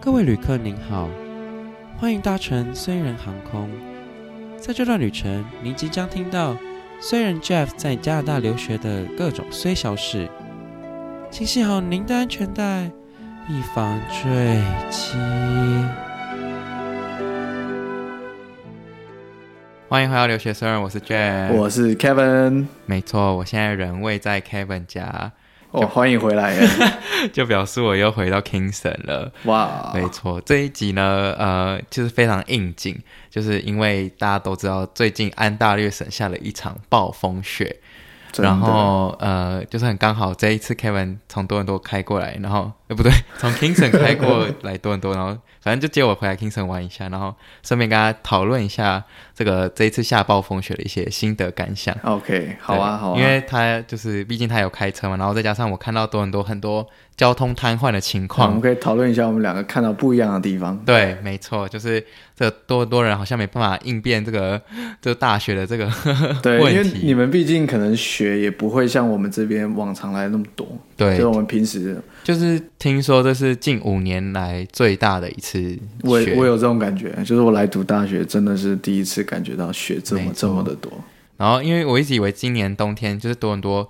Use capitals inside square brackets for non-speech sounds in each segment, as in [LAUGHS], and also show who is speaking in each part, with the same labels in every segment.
Speaker 1: 各位旅客您好，欢迎搭乘虽然航空。在这段旅程，您即将听到虽然 Jeff 在加拿大留学的各种虽小事。请系好您的安全带，以防坠机。
Speaker 2: 欢迎回到留学生，我是 Jeff。
Speaker 3: 我是 Kevin，
Speaker 2: 没错，我现在人位在 Kevin 家，
Speaker 3: 哦，欢迎回来耶！
Speaker 2: 就 [LAUGHS] 表示我又回到 Kingston 了。
Speaker 3: 哇，
Speaker 2: 没错，这一集呢，呃，就是非常应景，就是因为大家都知道，最近安大略省下了一场暴风雪，
Speaker 3: 真的
Speaker 2: 然后呃，就是很刚好这一次 Kevin 从多伦多开过来，然后呃不对， [LAUGHS] 从 Kingston 开过来多伦多，然后反正就接我回来 Kingston 玩一下，然后顺便跟他讨论一下这个这一次下暴风雪的一些心得感想。
Speaker 3: OK，好啊，
Speaker 2: 对
Speaker 3: 好啊，
Speaker 2: 因为他就是毕竟他有开车嘛，然后再加上我看到多伦多很多交通瘫痪的情
Speaker 3: 好我
Speaker 2: 况。
Speaker 3: 们可以讨论一下我们两个看到不一样的地方。
Speaker 2: 对，没错，就是这多伦多人好像没办法应变这个这个大学的这个
Speaker 3: 对，因
Speaker 2: 问
Speaker 3: 为你
Speaker 2: 题。
Speaker 3: 们毕竟可能学也不会像我们这边往常来那么多，所
Speaker 2: 对
Speaker 3: 以，我们平时
Speaker 2: 就是听说这是近五年来最大的一次
Speaker 3: 我
Speaker 2: 雪，
Speaker 3: 我有这种感觉，就是我来读大学真的是第一次感觉到学这
Speaker 2: 没
Speaker 3: 么
Speaker 2: 错
Speaker 3: 这么的多。
Speaker 2: 然后因为我一直以为今年冬天就是多伦多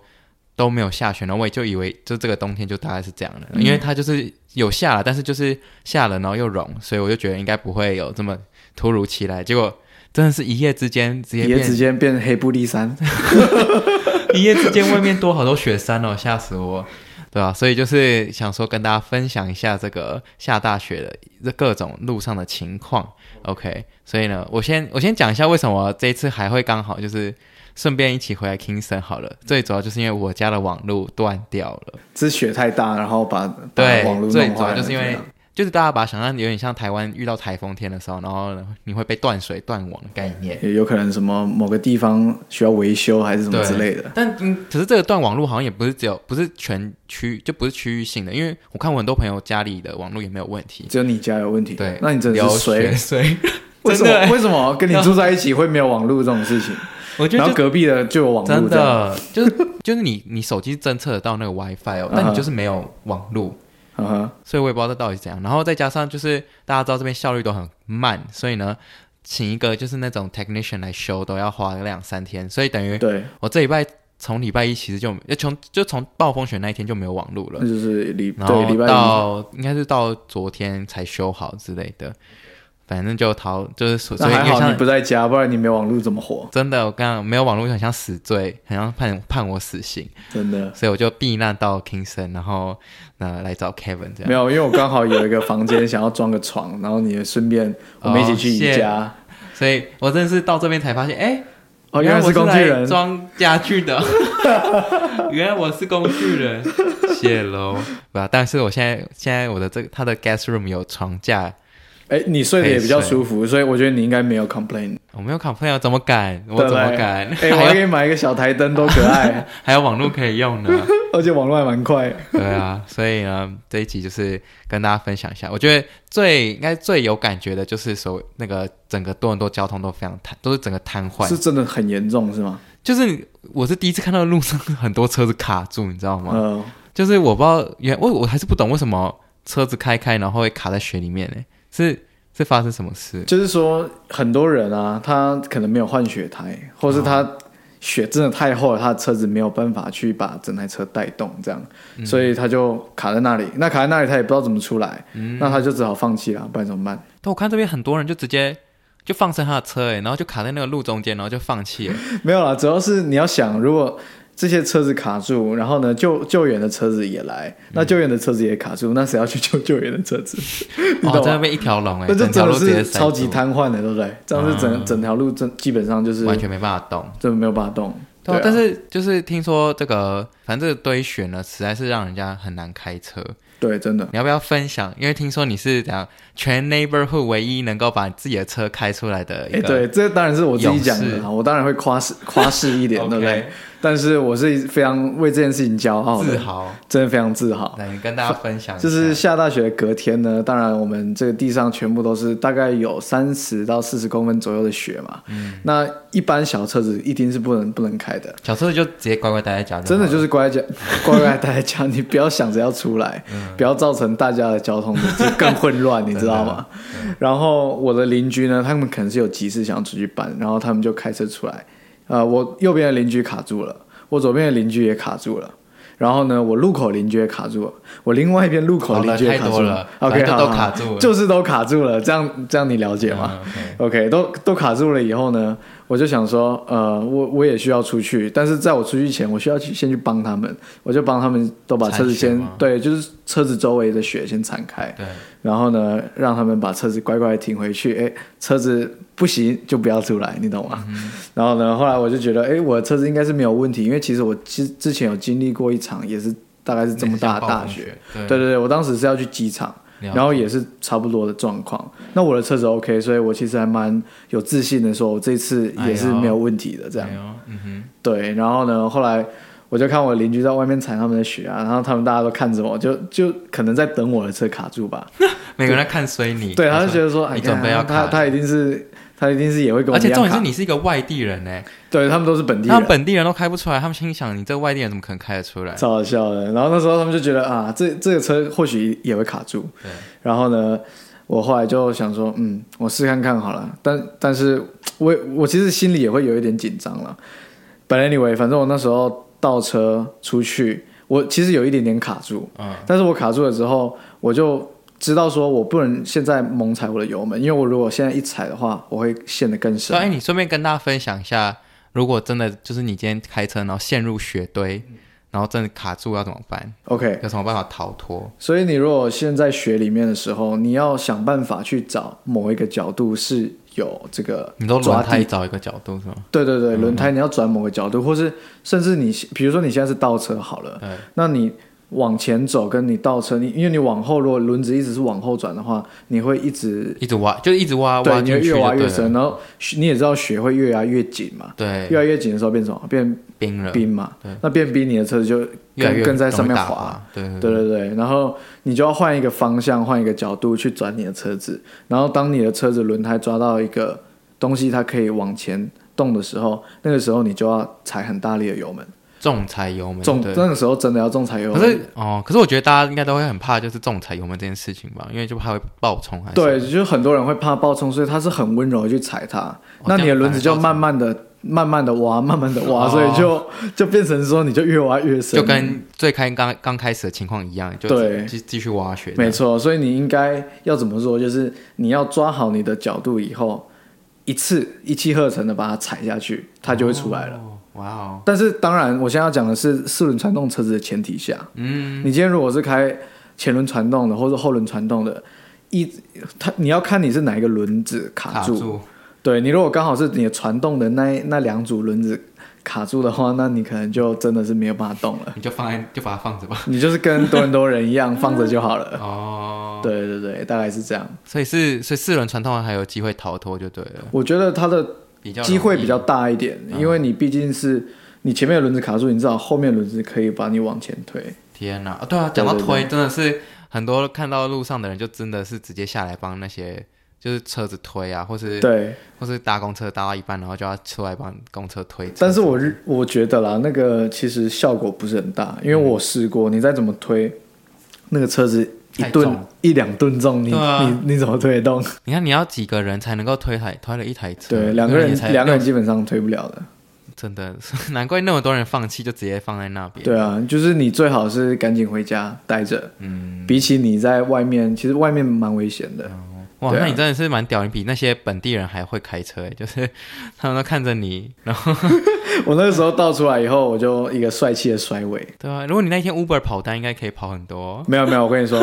Speaker 2: 都没有下雪，然后我也就以为就这个冬天就大概是这样的，
Speaker 3: 嗯
Speaker 2: 因为它就是有下了，但是就是下了然后又融，所以我就觉得应该不会有这么突如其来，结果真的是一夜之间直接
Speaker 3: 也
Speaker 2: 变
Speaker 3: 直接变黑布
Speaker 2: [LAUGHS]
Speaker 3: 利山，
Speaker 2: 一夜之间外面多好多雪山哦，吓死我，对吧、所以就是想说跟大家分享一下这个下大雪的这各种路上的情况。OK，所以呢，我先我先讲一下为什么这一次还会刚好就是顺便一起回来 Kingston 好了。最主要就是因为我家的网路断掉了，
Speaker 3: 这雪太大，然后把把
Speaker 2: 对
Speaker 3: 哎网络，
Speaker 2: 最
Speaker 3: 弄
Speaker 2: 主要
Speaker 3: 坏了，
Speaker 2: 就是因为。就是大家把它想象有点像台湾遇到台风天的时候，然后呢你会被断水断网的概念。
Speaker 3: 也有可能什么某个地方需要维修还是什么
Speaker 2: 对
Speaker 3: 之类的。
Speaker 2: 但嗯，可是这个断网络好像也不是只有不是全区，就不是区域性的，因为我看我很多朋友家里的网络也没有问题。
Speaker 3: 只有你家有问题，
Speaker 2: 对，
Speaker 3: 那你真的
Speaker 2: 流
Speaker 3: 是衰
Speaker 2: 血，水，
Speaker 3: [LAUGHS] 为
Speaker 2: 真
Speaker 3: 什
Speaker 2: 的
Speaker 3: 么
Speaker 2: 欸，
Speaker 3: 为什么跟你住在一
Speaker 2: [LAUGHS]
Speaker 3: 起会没有网络这种事情？
Speaker 2: 我觉
Speaker 3: 然
Speaker 2: 得
Speaker 3: 后
Speaker 2: 就
Speaker 3: 隔壁的就有网络
Speaker 2: 真
Speaker 3: 这样，
Speaker 2: 的就是就是你你手机侦测得到那个 WiFi 哦，但你就是没有网络。
Speaker 3: 嗯哼，
Speaker 2: 所以我也不知道这到底是怎样。然后再加上就是大家知道这边效率都很慢，所以呢，请一个就是那种 technician 来修都要花两三天，所以等于
Speaker 3: 对，
Speaker 2: 我这礼拜从礼拜一其实就就从就从暴风雪那一天就没有网络了
Speaker 3: 那。就是礼
Speaker 2: 然后
Speaker 3: 对礼拜一，
Speaker 2: 到应该是到昨天才修好之类的，反正就逃就是所所
Speaker 3: 那
Speaker 2: 以
Speaker 3: 还
Speaker 2: 因为
Speaker 3: 好你
Speaker 2: 像
Speaker 3: 不在家，不然你没网络怎么活？
Speaker 2: 真的我刚刚没有网络就很像死罪，很像判判我死刑，
Speaker 3: 真的
Speaker 2: 所以我就避难到 Kingston，然后呃来找 Kevin 这样
Speaker 3: 没。有，因为我刚好有一个房间想要装个床，然后你顺便我们一
Speaker 2: 哦
Speaker 3: 起去宜家，
Speaker 2: 所以我真的是到这边才发现，哎、
Speaker 3: 哦，
Speaker 2: 原
Speaker 3: 原
Speaker 2: 来
Speaker 3: 来
Speaker 2: 我
Speaker 3: 是工具
Speaker 2: 来
Speaker 3: 人，
Speaker 2: 装家具的， [LAUGHS] 原来我是工具人，谢喽，对吧？但是我现在现在我的这个他的 guest room 有床架，
Speaker 3: 哎，你睡得也比较
Speaker 2: 可以睡
Speaker 3: 舒服，所以我觉得你应该没有
Speaker 2: [LAUGHS]
Speaker 3: complain。
Speaker 2: 我没有 complain，啊怎么敢？我
Speaker 3: 对
Speaker 2: 怎
Speaker 3: 不对
Speaker 2: 么敢？
Speaker 3: 哎，我还给你买一个小台灯，多可爱，啊
Speaker 2: 还有网络可以用呢。
Speaker 3: [LAUGHS] 而且网络还蛮快。
Speaker 2: 对啊，所以呢，这一集就是跟大家分享一下。我觉得最应该最有感觉的就是所谓那个整个多伦多交通都非常瘫，都是整个瘫
Speaker 3: 是
Speaker 2: 痪。
Speaker 3: 真的很严重是吗？
Speaker 2: 就是我是第一次看到路上 [LAUGHS] 很多车子卡住，你知道吗？
Speaker 3: 嗯，
Speaker 2: 就是我不知道原我我还是不懂为什么车子开开然后会卡在雪里面呢？是是发生什么事？
Speaker 3: 就是说，很多人啊，他可能没有换雪胎，或是他雪真的太厚了，他的车子没有办法去把整台车带动，这样，
Speaker 2: 嗯
Speaker 3: 所以他就卡在那里。那卡在那里，他也不知道怎么出来，
Speaker 2: 嗯
Speaker 3: 那他就只好放弃了，不然怎么办？
Speaker 2: 但我看这边很多人就直接就放生他的车哎，然后就卡在那个路中间，然后就放弃了。
Speaker 3: 没有啦，主要是你要想，如果这些车子卡住，然后呢，救救援的车子也来，
Speaker 2: 嗯
Speaker 3: 那救援的车子也卡住，那谁要去救救援的车子？ [LAUGHS] 你
Speaker 2: 哦，
Speaker 3: 懂
Speaker 2: 在那
Speaker 3: 吗？
Speaker 2: 边一条龙哎，
Speaker 3: 那就
Speaker 2: 整条
Speaker 3: 真的
Speaker 2: 路直接
Speaker 3: 是
Speaker 2: 塞
Speaker 3: 超级
Speaker 2: 住
Speaker 3: 瘫痪的，对不对？这样是整、
Speaker 2: 嗯
Speaker 3: 整条路真基本上就是
Speaker 2: 完全没办法动。
Speaker 3: 真的没有办法动。
Speaker 2: 对、
Speaker 3: 啊
Speaker 2: 啊，但是就是听说这个，反正这个堆雪呢，实在是让人家很难开车。
Speaker 3: 对，真的。
Speaker 2: 你要不要分享？因为听说你是怎样全 neighborhood 唯一能够把自己的车开出来的
Speaker 3: 哎、
Speaker 2: 一个。
Speaker 3: 对，这当然是我自己讲的
Speaker 2: 勇士
Speaker 3: 啦，我当然会夸饰夸饰一 [LAUGHS] 点，
Speaker 2: OK
Speaker 3: 对不对？但是我是非常为这件事情骄傲的
Speaker 2: 自，豪。
Speaker 3: 真的非常自豪。
Speaker 2: 来，你跟大家分享一下，
Speaker 3: 就是下大雪的隔天呢，当然我们这个地上全部都是大概有三十到四十公分左右的雪嘛。
Speaker 2: 嗯
Speaker 3: 那一般小车子一定是不能不能开的，
Speaker 2: 小时候就直接乖乖待在家好了，
Speaker 3: 真的就是乖乖家 [LAUGHS] 乖乖待在家，你不要想着要出来，
Speaker 2: 嗯
Speaker 3: 不要造成大家的交通就更混
Speaker 2: [LAUGHS]
Speaker 3: 乱，你知道吗？然后我的邻居呢，他们可能是有急事想要出去办，然后他们就开车出来，呃，我右边的邻居卡住了，我左边的邻居也卡住了。然后呢，我路口邻居也卡住了，我另外一边路口
Speaker 2: 好
Speaker 3: 邻
Speaker 2: 了
Speaker 3: 居也
Speaker 2: 太
Speaker 3: 卡
Speaker 2: 多
Speaker 3: 住
Speaker 2: 了反
Speaker 3: OK，
Speaker 2: 正
Speaker 3: 好，
Speaker 2: 都
Speaker 3: 好
Speaker 2: 卡
Speaker 3: 好
Speaker 2: 住了
Speaker 3: 就是都卡住了。这样这样你了解吗？
Speaker 2: 嗯，OK
Speaker 3: OK，都都卡住了以后呢，我就想说，呃，我我也需要出去，但是在我出去前，我需要去先去帮他们，我就帮他们都把车子
Speaker 2: 铲
Speaker 3: 先
Speaker 2: 雪吗
Speaker 3: 对，就是车子周围的雪先铲开，
Speaker 2: 对，
Speaker 3: 然后呢，让他们把车子乖乖地停回去。哎，车子不行就不要出来，你懂吗？
Speaker 2: 嗯
Speaker 3: 然后呢，后来我就觉得，哎，我的车子应该是没有问题，因为其实我之之前有经历过一场，也是大概是这么大的大雪，
Speaker 2: 对
Speaker 3: 对对对，我当时是要去机场，
Speaker 2: 了解
Speaker 3: 然后也是差不多的状况。那我的车子 OK，所以我其实还蛮有自信的，说我这次也是没有问题的这样。
Speaker 2: 哎呦嗯哼，
Speaker 3: 对，然后呢，后来我就看我邻居在外面踩他们的雪啊，然后他们大家都看着我，就就可能在等我的车卡住吧。
Speaker 2: 每个人在看衰你，
Speaker 3: 对，他
Speaker 2: 他
Speaker 3: 就觉得说，哎，
Speaker 2: 你准备要
Speaker 3: 看他
Speaker 2: 卡，
Speaker 3: 他一定是他一定是也会跟我
Speaker 2: 而
Speaker 3: 一
Speaker 2: 且
Speaker 3: 样
Speaker 2: 重点
Speaker 3: 卡
Speaker 2: 是。你是一个外地人呢，
Speaker 3: 对他们都是本地
Speaker 2: 他
Speaker 3: 人
Speaker 2: 们。本地人都开不出来，他们心想你这外地人怎么可能开得出来？
Speaker 3: 超好笑的。然后那时候他们就觉得啊，这这个车或许也会卡住
Speaker 2: 对。
Speaker 3: 然后呢，我后来就想说，嗯，我试看看好了。但但是我也我其实心里也会有一点紧张了。本来以为，反正我那时候倒车出去，我其实有一点点卡住。
Speaker 2: 嗯，
Speaker 3: 但是我卡住了之后，我就知道说我不能现在猛踩我的油门，因为我如果现在一踩的话，我会陷得更深
Speaker 2: 所。以哎你顺便跟大家分享一下，如果真的就是你今天开车然后陷入雪堆，
Speaker 3: 嗯
Speaker 2: 然后真的卡住要怎么办？
Speaker 3: OK，
Speaker 2: 有什么办法逃脱？
Speaker 3: 所以你如果现在雪里面的时候，你要想办法去找某一个角度是有这个
Speaker 2: 你都轮
Speaker 3: 抓
Speaker 2: 胎嗯
Speaker 3: 地，
Speaker 2: 找一个角度是吗？
Speaker 3: 对对对，轮胎你要转某个角度，或是甚至你比如说你现在是倒车好了，
Speaker 2: 对
Speaker 3: 那你往前走跟你倒车，你因为你往后如果轮子一直是往后转的话，你会一直
Speaker 2: 一直挖，就是一直挖挖
Speaker 3: 对，你
Speaker 2: 进
Speaker 3: 会
Speaker 2: 去，
Speaker 3: 越挖越深，。然后雪你也知道雪会越压越紧嘛，
Speaker 2: 对，
Speaker 3: 越来越紧的时候变什么？变
Speaker 2: 冰了，
Speaker 3: 冰嘛
Speaker 2: 对，
Speaker 3: 那变冰你的车子就
Speaker 2: 越来越
Speaker 3: 跟跟在上面
Speaker 2: 容易打
Speaker 3: 滑。
Speaker 2: 滑。对对
Speaker 3: 对对对，然后你就要换一个方向，换一个角度去转你的车子。然后当你的车子轮胎抓到一个东西，它可以往前动的时候，那个时候你就要踩很大力的油门，
Speaker 2: 仲裁油门，
Speaker 3: 重
Speaker 2: 嗯对
Speaker 3: 那个时候真的要重踩油
Speaker 2: 可
Speaker 3: 门。
Speaker 2: 是哦，可是我觉得大家应该都会很怕，就是仲裁油门这件事情吧，因为就怕会爆冲还是什
Speaker 3: 对，
Speaker 2: 么
Speaker 3: 就是很多人会怕爆冲，所以他是很温柔的去踩它，那
Speaker 2: 哦这样
Speaker 3: 你的轮子
Speaker 2: 反而
Speaker 3: 就
Speaker 2: 造成
Speaker 3: 慢慢的、慢慢的挖，慢慢的挖，
Speaker 2: 哦
Speaker 3: 所以就就变成说你就越挖越深，
Speaker 2: 就跟最开刚刚开始的情况一样，就
Speaker 3: 对
Speaker 2: 继继续挖雪。
Speaker 3: 没错，所以你应该要怎么做？就是你要抓好你的角度以后，一次一气呵成的把它踩下去，它就会出来了。
Speaker 2: 哦。哇哦，
Speaker 3: 但是当然，我现在要讲的是四轮传动车子的前提下，
Speaker 2: 嗯，
Speaker 3: 你今天如果是开前轮传动的或者后轮传动的，一它你要看你是哪一个轮子卡
Speaker 2: 卡
Speaker 3: 住。
Speaker 2: 住，
Speaker 3: 对你如果刚好是你的传动的那一那两组轮子卡住的话，那你可能就真的是没有办法动了，
Speaker 2: 你就放在就把它放着吧。
Speaker 3: 你就是跟多伦多人一
Speaker 2: [LAUGHS]
Speaker 3: 样放着就好了。
Speaker 2: 哦，
Speaker 3: 对对对，大概是这样。
Speaker 2: 所以是所以四轮传统还有机会逃脱就对嗯了，
Speaker 3: 我觉得它的
Speaker 2: 比较容易
Speaker 3: 机会比较大一点，因为你毕竟是你前面的轮子卡住，你知道后面轮子可以把你往前推。
Speaker 2: 天哪、啊！对啊，讲
Speaker 3: 对
Speaker 2: 到
Speaker 3: 对
Speaker 2: 推，真的是很多看到路上的人就真的是直接下来帮那些就是车子推啊，或是
Speaker 3: 对，
Speaker 2: 或是搭公车搭到一半，然后就要出来帮公车推车。
Speaker 3: 但是我日我觉得啦，那个其实效果不是很大，因为我试过，你再怎么推，那个车子一
Speaker 2: 太
Speaker 3: 吨
Speaker 2: 重
Speaker 3: 一两吨重，你、
Speaker 2: 对啊
Speaker 3: 你你怎么推得动？
Speaker 2: 你看你要几个人才能够推台推了一台车？
Speaker 3: 对，两个
Speaker 2: 因为
Speaker 3: 人
Speaker 2: 你才
Speaker 3: 两个人基本上推不了的。
Speaker 2: [LAUGHS] 真的难怪那么多人放弃，就直接放在那边。
Speaker 3: 对啊，就是你最好是赶紧回家待着，嗯，比起你在外面，其实外面蛮危险的。
Speaker 2: 哇，
Speaker 3: 对啊
Speaker 2: 那你真的是蛮屌，你比那些本地人还会开车欸，就是 [LAUGHS] 他们都看着你，然后嗯
Speaker 3: 我那个时候倒出来以后，我就一个帅气的甩尾。
Speaker 2: 对啊，如果你那天 Uber 跑单，应该可以跑很多哦。
Speaker 3: [LAUGHS] 没有没有，我跟
Speaker 2: [LAUGHS]
Speaker 3: 你说，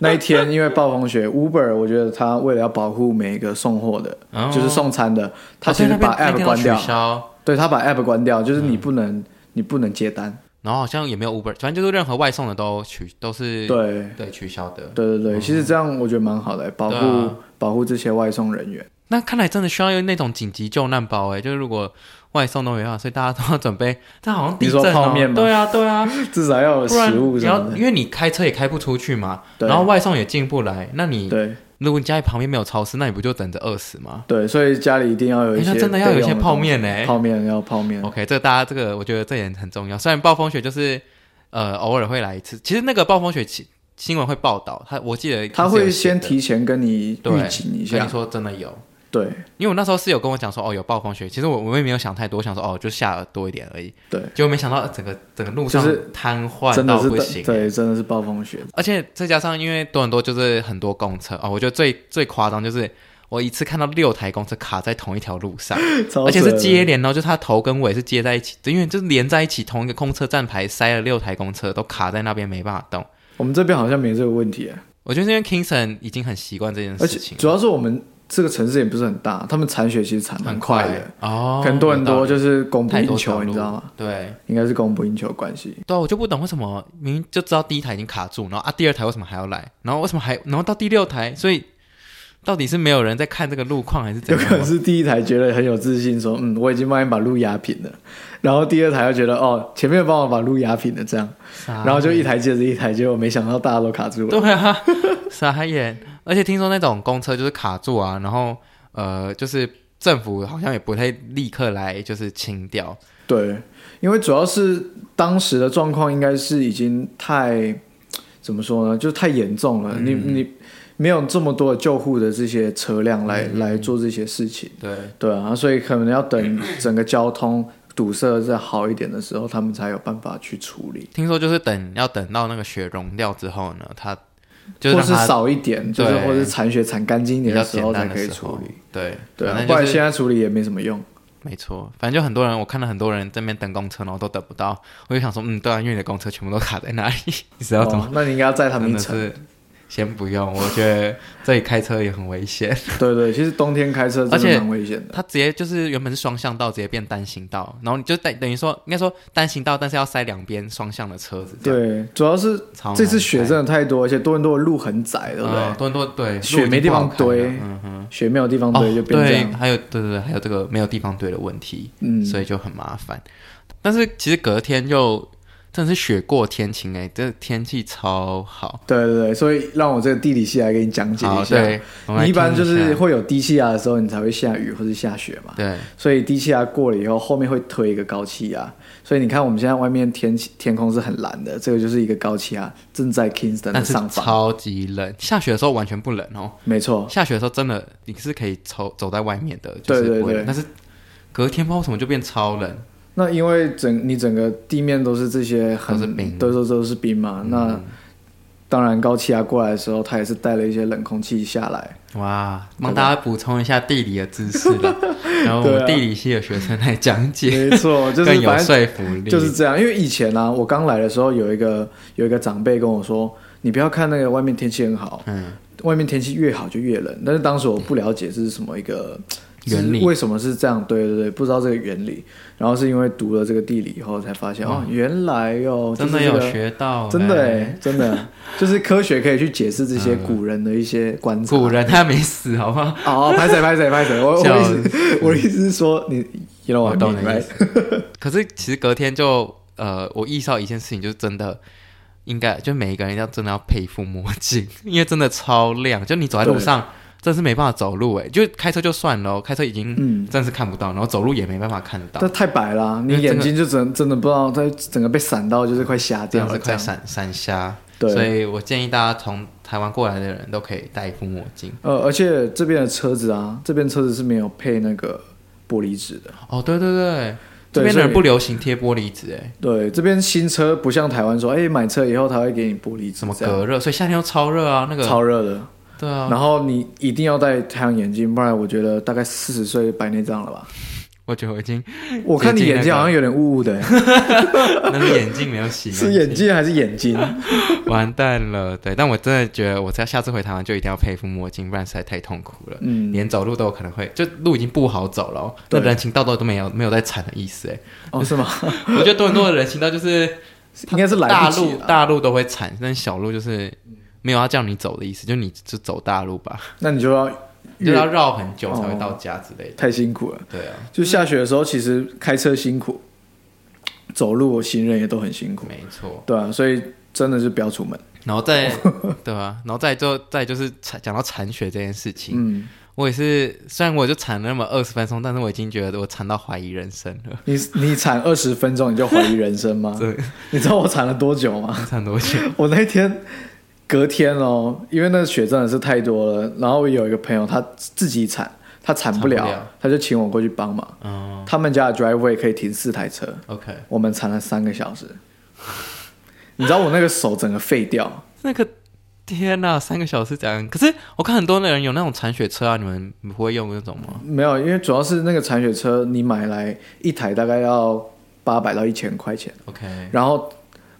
Speaker 3: 那一天因为暴风雪，Uber 我觉得他为了要保护每一个送货的，
Speaker 2: 哦
Speaker 3: 就是送餐的，他其实
Speaker 2: 哦对那
Speaker 3: 把
Speaker 2: 边那
Speaker 3: app
Speaker 2: 天都
Speaker 3: 关
Speaker 2: 取
Speaker 3: 掉，
Speaker 2: 消，嗯
Speaker 3: 对他把 app 关掉，就是你不能、你不能接单，
Speaker 2: 然后好像也没有 Uber，反正就是任何外送的都取都是
Speaker 3: 对
Speaker 2: 对取消的。哦
Speaker 3: 对对对，其实这样我觉得蛮好的，保护、
Speaker 2: 对啊
Speaker 3: 保护这些外送人员。 [LAUGHS]
Speaker 2: 那看来真的需要用那种紧急救难包哎，就是如果外送都没办法，所以大家都要准备。但好像地震、哦、
Speaker 3: 你说泡面吗
Speaker 2: 对啊，对啊，
Speaker 3: 至少要有
Speaker 2: 不然
Speaker 3: 食物
Speaker 2: 你
Speaker 3: 什
Speaker 2: 要
Speaker 3: 么的。
Speaker 2: 因为你开车也开不出去嘛，
Speaker 3: 对
Speaker 2: 然后外送也进不来，那你
Speaker 3: 对
Speaker 2: 如果你家里旁边没有超市，那你不就等着饿死吗？
Speaker 3: 对，所以家里一定要有
Speaker 2: 哎
Speaker 3: 一
Speaker 2: 那
Speaker 3: 些
Speaker 2: 真的要有一
Speaker 3: 备
Speaker 2: 些
Speaker 3: 用的
Speaker 2: 泡面欸哎哦
Speaker 3: 东西
Speaker 2: 呢
Speaker 3: 泡面要泡面。
Speaker 2: OK，这个大家这个我觉得这点很重要。虽然暴风雪就是呃偶尔会来一次，其实那个暴风雪新新闻会报道，他我记得
Speaker 3: 他
Speaker 2: 是有
Speaker 3: 会
Speaker 2: 写
Speaker 3: 先
Speaker 2: 的
Speaker 3: 提前跟你
Speaker 2: 对
Speaker 3: 预警一
Speaker 2: 跟
Speaker 3: 下
Speaker 2: 你，说真的有，
Speaker 3: 对
Speaker 2: 因为我那时候室友跟我讲说哦有暴风雪，其实我我也没有想太多，我想说哦就下了多一点而已，
Speaker 3: 对，
Speaker 2: 结果没想到呃整个整个路上
Speaker 3: 就是
Speaker 2: 瘫痪
Speaker 3: 真的
Speaker 2: 到
Speaker 3: 是
Speaker 2: 不
Speaker 3: 的
Speaker 2: 行。哎
Speaker 3: 对，真的是暴风雪。
Speaker 2: 而且再加上，因为多伦多就是很多公车啊、哦，我觉得最最夸张就是我一次看到六台公车卡在同一条路上，
Speaker 3: 超
Speaker 2: 而且是
Speaker 3: 扯的
Speaker 2: 接连哦，就它头跟尾是接在一起，因为就是连在一起，同一个公车站牌塞了六台公车都卡在那边没办法动。
Speaker 3: 我们这边好像没这个问题耶，
Speaker 2: 我觉得是因为 Kingston 已经很习惯这件
Speaker 3: 而
Speaker 2: 事
Speaker 3: 且
Speaker 2: 情，
Speaker 3: 主要是我们这个城市也不是很大，他们铲雪其实铲蛮
Speaker 2: 很
Speaker 3: 快
Speaker 2: 的
Speaker 3: 的，
Speaker 2: 哦，
Speaker 3: 可能多很多
Speaker 2: 有道理
Speaker 3: 就是供不
Speaker 2: 太
Speaker 3: 应
Speaker 2: 多
Speaker 3: 求，
Speaker 2: 条
Speaker 3: 你
Speaker 2: 路
Speaker 3: 知道吗？？
Speaker 2: 对
Speaker 3: 应该是供不应求的关系。
Speaker 2: 对啊，我就不懂为什么明明就知道第一台已经卡住，然后啊第二台为什么还要来，然后为什么还然后到第六台，所以到底是没有人在看这个路况还是怎
Speaker 3: 有
Speaker 2: 样
Speaker 3: 可能
Speaker 2: 吗？
Speaker 3: 是第一台觉得很有自信，说嗯，我已经帮你把路压平了，然后第二台又觉得哦，前面帮我把路压平了这样，
Speaker 2: 然
Speaker 3: 然后就一台接着一台，结果没想到大家都卡住了。
Speaker 2: 对啊， [LAUGHS] 傻眼！而且听说那种公车就是卡住啊，然后呃，就是政府好像也不太立刻来就是清掉，
Speaker 3: 对，因为主要是当时的状况应该是已经太怎么说呢，就是太严
Speaker 2: 嗯
Speaker 3: 重了。你你没有这么多的救护的这些车辆
Speaker 2: 嗯
Speaker 3: 来、来做这些事情，
Speaker 2: 对，
Speaker 3: 对啊，所以可能要等
Speaker 2: [COUGHS]
Speaker 3: 整个交通堵塞再好一点的时候，他们才有办法去处理，
Speaker 2: 听说就是等要等到那个雪融掉之后呢，它就是
Speaker 3: 或
Speaker 2: 让
Speaker 3: 是
Speaker 2: 它
Speaker 3: 少一点，就是
Speaker 2: 对
Speaker 3: 或是铲雪铲干净一
Speaker 2: 比
Speaker 3: 点
Speaker 2: 较
Speaker 3: 的时
Speaker 2: 简
Speaker 3: 候才
Speaker 2: 单的
Speaker 3: 可以
Speaker 2: 时
Speaker 3: 处
Speaker 2: 候
Speaker 3: 理。，
Speaker 2: 对
Speaker 3: 对啊
Speaker 2: 反，正
Speaker 3: 不
Speaker 2: 就
Speaker 3: 然
Speaker 2: 是
Speaker 3: 现在处理也没什么用。
Speaker 2: 没错，反正就很多人，我看到很多人在那边等公车，然后都等不到，我就想说，嗯，对啊，因为你的公车全部都卡在那里，你知道怎么？
Speaker 3: 哦那你应该要载他们
Speaker 2: [LAUGHS] 真的
Speaker 3: 一程。
Speaker 2: 是先不用，我觉得这里开车也很危险。
Speaker 3: 对对，其实冬天开车真
Speaker 2: 而且
Speaker 3: 的蛮危险的。
Speaker 2: 它直接就是原本是双向道，直接变单行道，然后你就等等于说，应该说单行道，但是要塞两边双向的车子，，
Speaker 3: 对，主要是
Speaker 2: 超难
Speaker 3: 这次雪
Speaker 2: 开
Speaker 3: 真的太多，而且多伦多的路很窄，对不对？
Speaker 2: 嗯多多对，
Speaker 3: 雪
Speaker 2: 路已经
Speaker 3: 没地
Speaker 2: 不好
Speaker 3: 方
Speaker 2: 开了
Speaker 3: 堆
Speaker 2: 嗯哼，
Speaker 3: 雪没有地方堆，就
Speaker 2: 嗯
Speaker 3: 变这
Speaker 2: 哦对，
Speaker 3: 样。
Speaker 2: 还有对对对，还有这个没有地方堆的问题，
Speaker 3: 嗯，
Speaker 2: 所以就很麻烦。但是其实隔天又真的是雪过天晴哎、这天气超好，
Speaker 3: 对对对，所以让我这个地理系来给你讲解
Speaker 2: 好
Speaker 3: 一下。
Speaker 2: 对，我们来
Speaker 3: 你一般
Speaker 2: 听
Speaker 3: 就是
Speaker 2: 下
Speaker 3: 会有低气压的时候，你才会下雨或者下雪嘛。
Speaker 2: 对
Speaker 3: 所以低气压过了以后，后面会推一个高气压。所以你看我们现在外面天气天空是很蓝的，这个就是一个高气压正在 Kingston 的
Speaker 2: 但是
Speaker 3: 上方。
Speaker 2: 超级冷，下雪的时候完全不冷哦。
Speaker 3: 没错，
Speaker 2: 下雪的时候真的你是可以走走在外面的，就
Speaker 3: 对
Speaker 2: 是不会
Speaker 3: 对
Speaker 2: 冷
Speaker 3: 对
Speaker 2: 但是隔天不知道为什么就变超冷，
Speaker 3: 那因为整你整个地面都是这些很
Speaker 2: 都是冰嗯
Speaker 3: 都都都是冰嘛。那当然高气压过来的时候，它也是带了一些冷空气
Speaker 2: [LAUGHS]
Speaker 3: 下来。
Speaker 2: 哇！帮大家补充一下地理的知识
Speaker 3: [LAUGHS]
Speaker 2: 了，然后我
Speaker 3: 对
Speaker 2: 们
Speaker 3: 啊
Speaker 2: 地理系的学生来讲解，
Speaker 3: 没错，
Speaker 2: [LAUGHS]
Speaker 3: 就
Speaker 2: 更
Speaker 3: 是
Speaker 2: 有
Speaker 3: 反正
Speaker 2: 说服力。
Speaker 3: 就是这样。因为以前啊，我刚来的时候有一个有一个长辈跟我说，你不要看那个外面天气很好，
Speaker 2: 嗯，
Speaker 3: 外面天气越好就越冷。但是当时我不了解这是什么一个
Speaker 2: 原理
Speaker 3: 是为什么是这样？对对对，不知道这个原理。然后是因为读了这个地理以后才发现，哦，原来哦，
Speaker 2: 真
Speaker 3: 就
Speaker 2: 的
Speaker 3: 是这
Speaker 2: 有
Speaker 3: 个
Speaker 2: 学到、
Speaker 3: 真的
Speaker 2: 欸
Speaker 3: 哎，真的，就是科学可以去解释这些古人的一些观察。
Speaker 2: 嗯古人他没死，好不好？
Speaker 3: 哦，拍谁拍谁拍谁，我我的
Speaker 2: 笑
Speaker 3: 意思，我的意思是说，你 you know
Speaker 2: 我
Speaker 3: what I
Speaker 2: 懂你
Speaker 3: mean,
Speaker 2: 的意
Speaker 3: right？
Speaker 2: 思。 [LAUGHS] 可是其实隔天就呃，我意识到一件事情，就是真的应该就每一个人要真的要佩服墨镜，因为真的超亮，就你走在路上。真是没办法走路哎，就开车就算了哦，开车已经
Speaker 3: 嗯
Speaker 2: 真是看不到，然后走路也没办法看得到
Speaker 3: 但，太白啦，
Speaker 2: 因
Speaker 3: 你
Speaker 2: 为这个
Speaker 3: 眼睛就真真的不知道，它整个被闪到，就是快瞎
Speaker 2: 这
Speaker 3: 掉
Speaker 2: 样
Speaker 3: 了，
Speaker 2: 是
Speaker 3: 啊这
Speaker 2: 快
Speaker 3: 样。
Speaker 2: 闪闪瞎。
Speaker 3: 对
Speaker 2: 所以我建议大家从台湾过来的人都可以戴一副墨镜。
Speaker 3: 呃，而且这边的车子啊，这边车子是没有配那个玻璃纸的。
Speaker 2: 哦，对对对，这
Speaker 3: 对
Speaker 2: 边的
Speaker 3: 所
Speaker 2: 人
Speaker 3: 以
Speaker 2: 不流行贴玻璃纸哎，
Speaker 3: 对，这边新车不像台湾说，哎、买车以后他会给你玻璃纸，
Speaker 2: 什么
Speaker 3: 这样
Speaker 2: 隔热，所以夏天又超热啊，那个
Speaker 3: 超热的。
Speaker 2: 对啊，
Speaker 3: 然后你一定要戴太阳眼镜，不然我觉得大概四十岁白内障了吧。
Speaker 2: 我觉得我已经
Speaker 3: 我看你眼睛好像有点雾雾的、
Speaker 2: 那是眼镜没有洗，
Speaker 3: [LAUGHS] 是眼镜还是眼睛？
Speaker 2: [LAUGHS] 完蛋了，对，但我真的觉得，我在下次回台湾就一定要配一副墨镜，不然实在太痛苦了。
Speaker 3: 嗯，
Speaker 2: 连走路都有可能会，就路已经不好走了、哦，那
Speaker 3: 对
Speaker 2: 人行道都都没有没有在铲的意思哎。
Speaker 3: 哦，是吗？
Speaker 2: 我觉得多伦多的人行道就是
Speaker 3: [LAUGHS] 应该是来
Speaker 2: 大
Speaker 3: 不及
Speaker 2: 路
Speaker 3: 了。
Speaker 2: 哦大路都会铲，但小路就是没有要叫你走的意思，就你就走大路吧。
Speaker 3: 那你就要
Speaker 2: 就要绕很久才会到家之类的。
Speaker 3: 太辛苦了。
Speaker 2: 对啊，
Speaker 3: 就下雪的时候，其实开车辛苦，走路行人也都很辛苦，
Speaker 2: 没错。
Speaker 3: 对啊，所以真的是不要出门。
Speaker 2: 然后再 [LAUGHS] 对啊，然后再就再就是铲讲到铲雪这件事情，
Speaker 3: 嗯，
Speaker 2: 我也是，虽然我就铲了那么二十分钟，但是我已经觉得我铲到怀疑人生
Speaker 3: [LAUGHS]
Speaker 2: 了。
Speaker 3: 你你铲二十分钟你就怀疑人生吗？
Speaker 2: [LAUGHS] 对，
Speaker 3: 你知道我铲了多久吗？
Speaker 2: 铲多久？
Speaker 3: [LAUGHS] 我那天隔天哦，因为那雪真的是太多了，然后我有一个朋友他自己铲，他铲不了，
Speaker 2: 铲不了
Speaker 3: 他就请我过去帮忙。
Speaker 2: 嗯
Speaker 3: 他们家的 driveway 可以停四台车，
Speaker 2: [LAUGHS] ，OK，
Speaker 3: 我们铲了三个小时。 [LAUGHS] 你知道我那个手整个废掉，
Speaker 2: 那个天呐，三个小时怎样？可是我看很多人有那种铲雪车啊，你们不会用那种吗？
Speaker 3: 没有，因为主要是那个铲雪车，你买来一台大概要八百到一千块钱，
Speaker 2: OK，
Speaker 3: 然后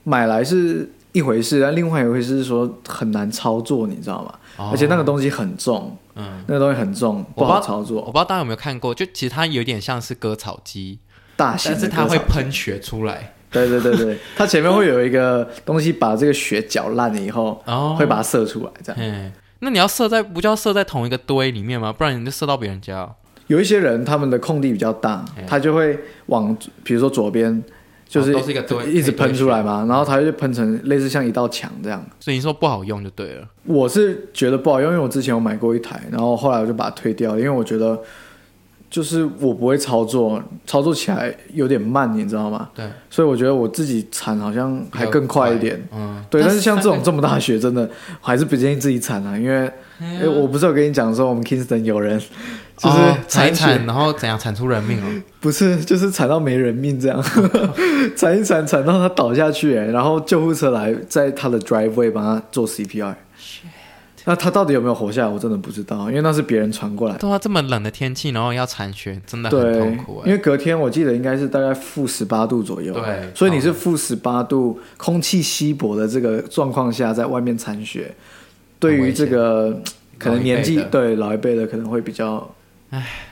Speaker 3: 买来是一回事，但另外一回事是说很难操作，你知道吗？
Speaker 2: 哦
Speaker 3: 而且那个东西很重，
Speaker 2: 嗯，
Speaker 3: 那个东西很重，不
Speaker 2: 我
Speaker 3: 好
Speaker 2: 知道
Speaker 3: 操作
Speaker 2: 我。不知道大家有没有看过，就其实它有点像是割草机，
Speaker 3: 大型
Speaker 2: 但
Speaker 3: 的
Speaker 2: 是它
Speaker 3: 割
Speaker 2: 会
Speaker 3: 草机
Speaker 2: 喷血出来。
Speaker 3: 对对对
Speaker 2: [LAUGHS]
Speaker 3: 对，它前面会有一个东西把这个血搅烂了以后，
Speaker 2: 哦
Speaker 3: 会把它射出来，这样。
Speaker 2: 嗯，那你要射在不就要射在同一个堆里面吗？不然你就射到别人家哦。
Speaker 3: 有一些人他们的空地比较大，他就会往比如说左边，就是
Speaker 2: 哎哦都是一个堆
Speaker 3: 一直喷出来嘛，然后它就喷成类似像一道墙这样。
Speaker 2: 所以你说不好用就对了。
Speaker 3: 我是觉得不好用，因为我之前有买过一台，然后后来我就把它退掉了，因为我觉得就是我不会操作，操作起来有点慢，你知道吗？
Speaker 2: 对，
Speaker 3: 所以我觉得我自己铲好像还更快一点。。
Speaker 2: 嗯，
Speaker 3: 对，但
Speaker 2: 但是
Speaker 3: 是像这
Speaker 2: 三
Speaker 3: 种
Speaker 2: 个
Speaker 3: 这么大的雪，真的我还是不建议自己铲啊，因为、
Speaker 2: 哎
Speaker 3: 诶我不是有跟你讲说我们 Kingston 有人就是
Speaker 2: 哦踩
Speaker 3: 铲
Speaker 2: 一
Speaker 3: 雪
Speaker 2: 铲，然后怎样铲出人命哦。
Speaker 3: 不是就是铲到没人命这样， [LAUGHS] 铲一铲铲到他倒下去、诶然后救护车来在他的 driveway 帮他做 CPR。那他到底有没有活下来？我真的不知道，因为那是别人传过来的。
Speaker 2: 对啊，这么冷的天气，然后要铲雪，真的很
Speaker 3: 对
Speaker 2: 痛苦，
Speaker 3: 因
Speaker 2: 哎。
Speaker 3: 为隔天我记得应该是大概负十八度左右，
Speaker 2: 对
Speaker 3: 所以你是负十八度，空气稀薄的这个状况下，在外面铲雪，对于这个可能年纪
Speaker 2: 老一辈的
Speaker 3: 对老一辈的可能会比较，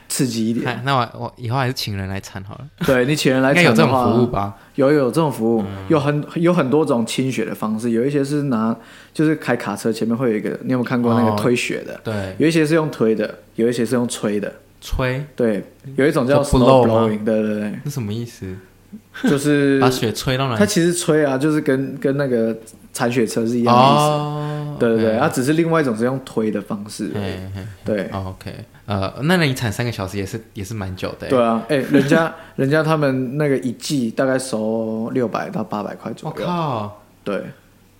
Speaker 3: 刺激一点。
Speaker 2: 看，哎那我我以后还是请人来铲好了，
Speaker 3: 对你请人来
Speaker 2: 应该有
Speaker 3: 铲
Speaker 2: 这
Speaker 3: 的
Speaker 2: 种
Speaker 3: 话，
Speaker 2: 服务吧？
Speaker 3: 有有这种服务，
Speaker 2: 嗯
Speaker 3: 有很有很多种清雪的方式，有一些是拿就是开卡车前面会有一个，你有没有看过那
Speaker 2: 哦
Speaker 3: 个推雪的？
Speaker 2: 对，
Speaker 3: 有一些是用推的，有一些是用吹的。
Speaker 2: 吹
Speaker 3: 对，有一种叫
Speaker 2: 就 blow
Speaker 3: snow
Speaker 2: 吗
Speaker 3: blowing，对对对。
Speaker 2: 那什么意思？
Speaker 3: 就
Speaker 2: [LAUGHS]
Speaker 3: 是
Speaker 2: 把雪吹到哪
Speaker 3: 它
Speaker 2: 里？
Speaker 3: 其实吹啊，就是跟跟那个铲雪车是一样的意思。
Speaker 2: 哦
Speaker 3: 对对对，它、
Speaker 2: OK
Speaker 3: 只是另外一种是用推的方式。
Speaker 2: 嘿嘿
Speaker 3: 对、
Speaker 2: 哦，OK，呃，那你铲三个小时也是也是蛮久的欸。
Speaker 3: 对啊，哎、人家人家他们那个一季大概收六百到八百块
Speaker 2: 我
Speaker 3: 左右。
Speaker 2: 靠，
Speaker 3: 对，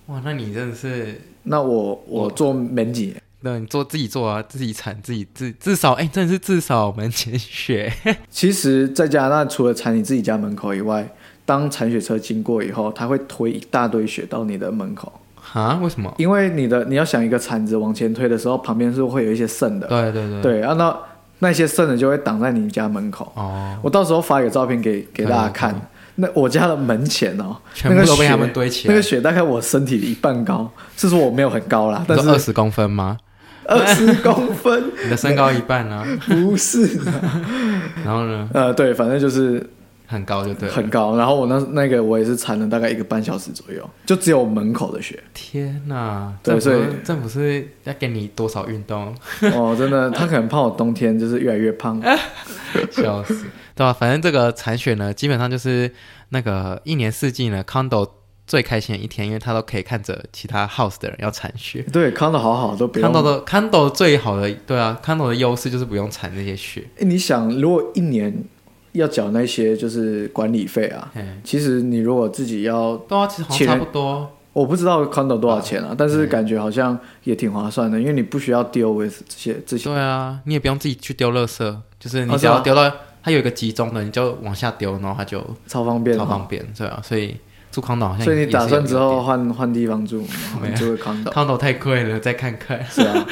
Speaker 2: 哇，那你真的是，
Speaker 3: 那我我做门几年，
Speaker 2: 那你做自己做啊，自己铲自己自至少哎，真的是至少我们铲
Speaker 3: [LAUGHS]
Speaker 2: 雪，
Speaker 3: 其实，在加拿大除了铲你自己家门口以外，当铲雪车经过以后，它会推一大堆雪到你的门口，
Speaker 2: 哈？为什么？
Speaker 3: 因为你的你要想一个铲子往前推的时候，旁边是会有一些剩的。
Speaker 2: 对对对，
Speaker 3: 对，啊，那那些剩的就会挡在你家门口。
Speaker 2: 哦，
Speaker 3: 我到时候发一个照片给给大家看
Speaker 2: 可以。
Speaker 3: 那我家的门前哦，
Speaker 2: 全部都被他们堆起来
Speaker 3: 那个雪大概我身体的一半高，是说我没有很高啦，但
Speaker 2: 你说二
Speaker 3: 是
Speaker 2: 十公分吗？
Speaker 3: 二十公分
Speaker 2: 你的身高一半
Speaker 3: [LAUGHS]
Speaker 2: 啊，
Speaker 3: 不是啦，
Speaker 2: 然后呢，
Speaker 3: 呃，对，反正就是
Speaker 2: 很高就对了。
Speaker 3: 很高。然后我那那个我也是缠了大概一个半小时左右，就只有门口
Speaker 2: [LAUGHS]
Speaker 3: 的雪
Speaker 2: 天呐，
Speaker 3: 对
Speaker 2: 政
Speaker 3: 所以
Speaker 2: 府政府是要给你多少运动？ [LAUGHS]
Speaker 3: 哦，真的，他可能怕我冬天就是越来越胖，
Speaker 2: 哎笑死，对吧、啊反正这个铲雪呢，基本上就是那个一年四季呢，condo 最开心的一天，因为他都可以看着其他 house 的人要铲雪。
Speaker 3: 对，康的好好都不用
Speaker 2: condo 的 condo 最好的对啊，condo 的优势就是不用铲那些雪。
Speaker 3: 欸你想，如果一年要缴那些就是管理费啊，
Speaker 2: 嗯，
Speaker 3: 其实你如果自己要，
Speaker 2: 对啊，其实好像差不多。
Speaker 3: 我不知道 condo 多少钱啊，但是感觉好像也挺划算的，因为你不需要 deal with 这些这些。
Speaker 2: 对啊，你也不用自己去丢垃圾，就是你
Speaker 3: 哦
Speaker 2: 只
Speaker 3: 是吗
Speaker 2: 要丢到它有一个集中的，你就往下丢，然后它就
Speaker 3: 超方便的
Speaker 2: 超
Speaker 3: 哦，
Speaker 2: 方便，对啊。所以住 condo 好像
Speaker 3: 所以
Speaker 2: 也
Speaker 3: 你打算之后换换地方住
Speaker 2: [LAUGHS] 没有
Speaker 3: 吗？住个 condo
Speaker 2: condo 太贵了，再看 [LAUGHS] 看。
Speaker 3: 是啊，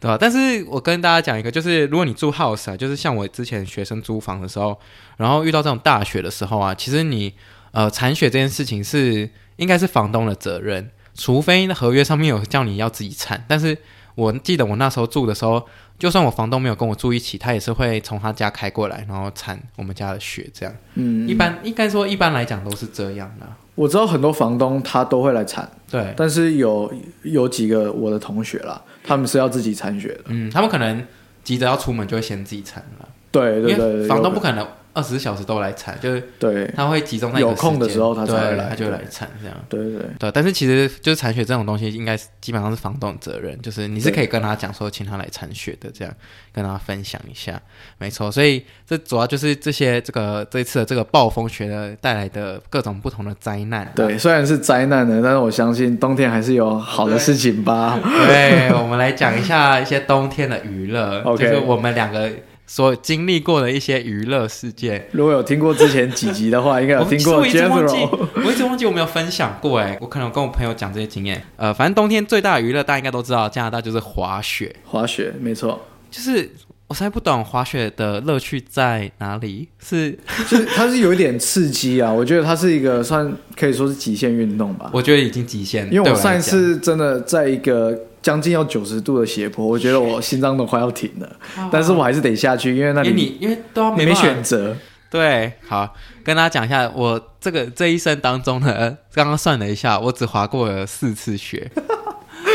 Speaker 2: 对啊吧、但是我跟大家讲一个，就是如果你住 house 啊，就是像我之前学生租房的时候，然后遇到这种大雪的时候啊，其实你呃铲雪这件事情是应该是房东的责任，除非合约上面有叫你要自己铲，但是我记得我那时候住的时候，就算我房东没有跟我住一起，他也是会从他家开过来，然后铲我们家的雪，这样。
Speaker 3: 嗯，
Speaker 2: 一般应该说一般来讲都是这样的。
Speaker 3: 我知道很多房东他都会来铲，
Speaker 2: 对，
Speaker 3: 但是有有几个我的同学啦，他们是要自己铲雪的。
Speaker 2: 嗯，他们可能急着要出门，就会先自己铲了，
Speaker 3: 对对
Speaker 2: 因
Speaker 3: 对，
Speaker 2: 为房东
Speaker 3: 有
Speaker 2: 不可能二十小时都来铲，就是
Speaker 3: 对
Speaker 2: 他会集中在一个
Speaker 3: 有空的时候他才
Speaker 2: 对
Speaker 3: 会来
Speaker 2: 他就会来铲这样。
Speaker 3: 对对对，
Speaker 2: 对，但是其实就是铲雪这种东西，应该是基本上是房东的责任，就是你是可以跟他讲说，请他来铲雪的，这样跟他分享一下，没错。所以这主要就是这些这个这一次的这个暴风雪的带来的各种不同的灾难。啊
Speaker 3: 对，虽然是灾难的，但是我相信冬天还是有好的事情吧。
Speaker 2: 对，我们来讲一下一些冬天的娱乐
Speaker 3: OK
Speaker 2: 就是我们两个所经历过的一些娱乐事件。
Speaker 3: [LAUGHS] 如果有听过之前几集的话，应该
Speaker 2: [LAUGHS]
Speaker 3: 有
Speaker 2: 我
Speaker 3: 听过
Speaker 2: 其实我一直忘记
Speaker 3: Jethro。，
Speaker 2: 我一直忘记我没有分享过哎，我可能有跟我朋友讲这些经验。呃，反正冬天最大的娱乐大家应该都知道，加拿大就是滑雪，
Speaker 3: [LAUGHS] 滑雪，没错，
Speaker 2: 就是我实在不懂滑雪的乐趣在哪里，是
Speaker 3: 就是它是有一点刺激啊，我觉得它是一个算可以说是极限运动吧。
Speaker 2: 我觉得已经极限。
Speaker 3: 因为
Speaker 2: 对我
Speaker 3: 我
Speaker 2: 来
Speaker 3: 上一
Speaker 2: 讲
Speaker 3: 次真的在一个将近要九十度的斜坡，我觉得我心脏都快要停了，但是我还是得下去，因为那
Speaker 2: 哦因为
Speaker 3: 里
Speaker 2: 你因为都要
Speaker 3: 没
Speaker 2: 办法
Speaker 3: 选择。
Speaker 2: 对，好，跟大家讲一下，我这个这一生当中呢，刚刚算了一下，我只滑过了四次雪，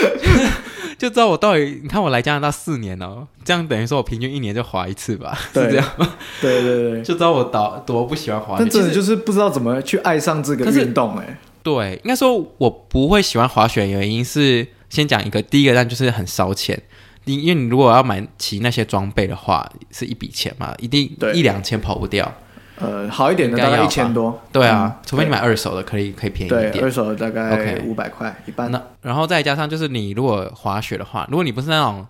Speaker 2: [LAUGHS] 就知道我到底，你看我来加拿大四年哦，这样等于说我平均一年就滑一次吧，是
Speaker 3: 对
Speaker 2: 这样吗？
Speaker 3: [LAUGHS] 对对对，
Speaker 2: 就知道我多多不喜欢滑雪，
Speaker 3: 但真的
Speaker 2: 其实
Speaker 3: 就是不知道怎么去爱上这个
Speaker 2: 可是
Speaker 3: 运动哎、
Speaker 2: 对，应该说我不会喜欢滑雪，原因是先讲一个，第一个但就是很烧钱。你因为你如果要买齐那些装备的话，是一笔钱嘛，一定
Speaker 3: 对
Speaker 2: 一两千跑不掉。
Speaker 3: 呃，好一点
Speaker 2: 应
Speaker 3: 的
Speaker 2: 该
Speaker 3: 大概
Speaker 2: 要
Speaker 3: 一
Speaker 2: 吧
Speaker 3: 千多，
Speaker 2: 对啊，
Speaker 3: 嗯
Speaker 2: 除非你买二手的，可以可以便宜
Speaker 3: 对
Speaker 2: 一点。
Speaker 3: 二手的大概
Speaker 2: OK
Speaker 3: 五百块一半。
Speaker 2: 那然后再加上就是你如果滑雪的话，如果你不是那种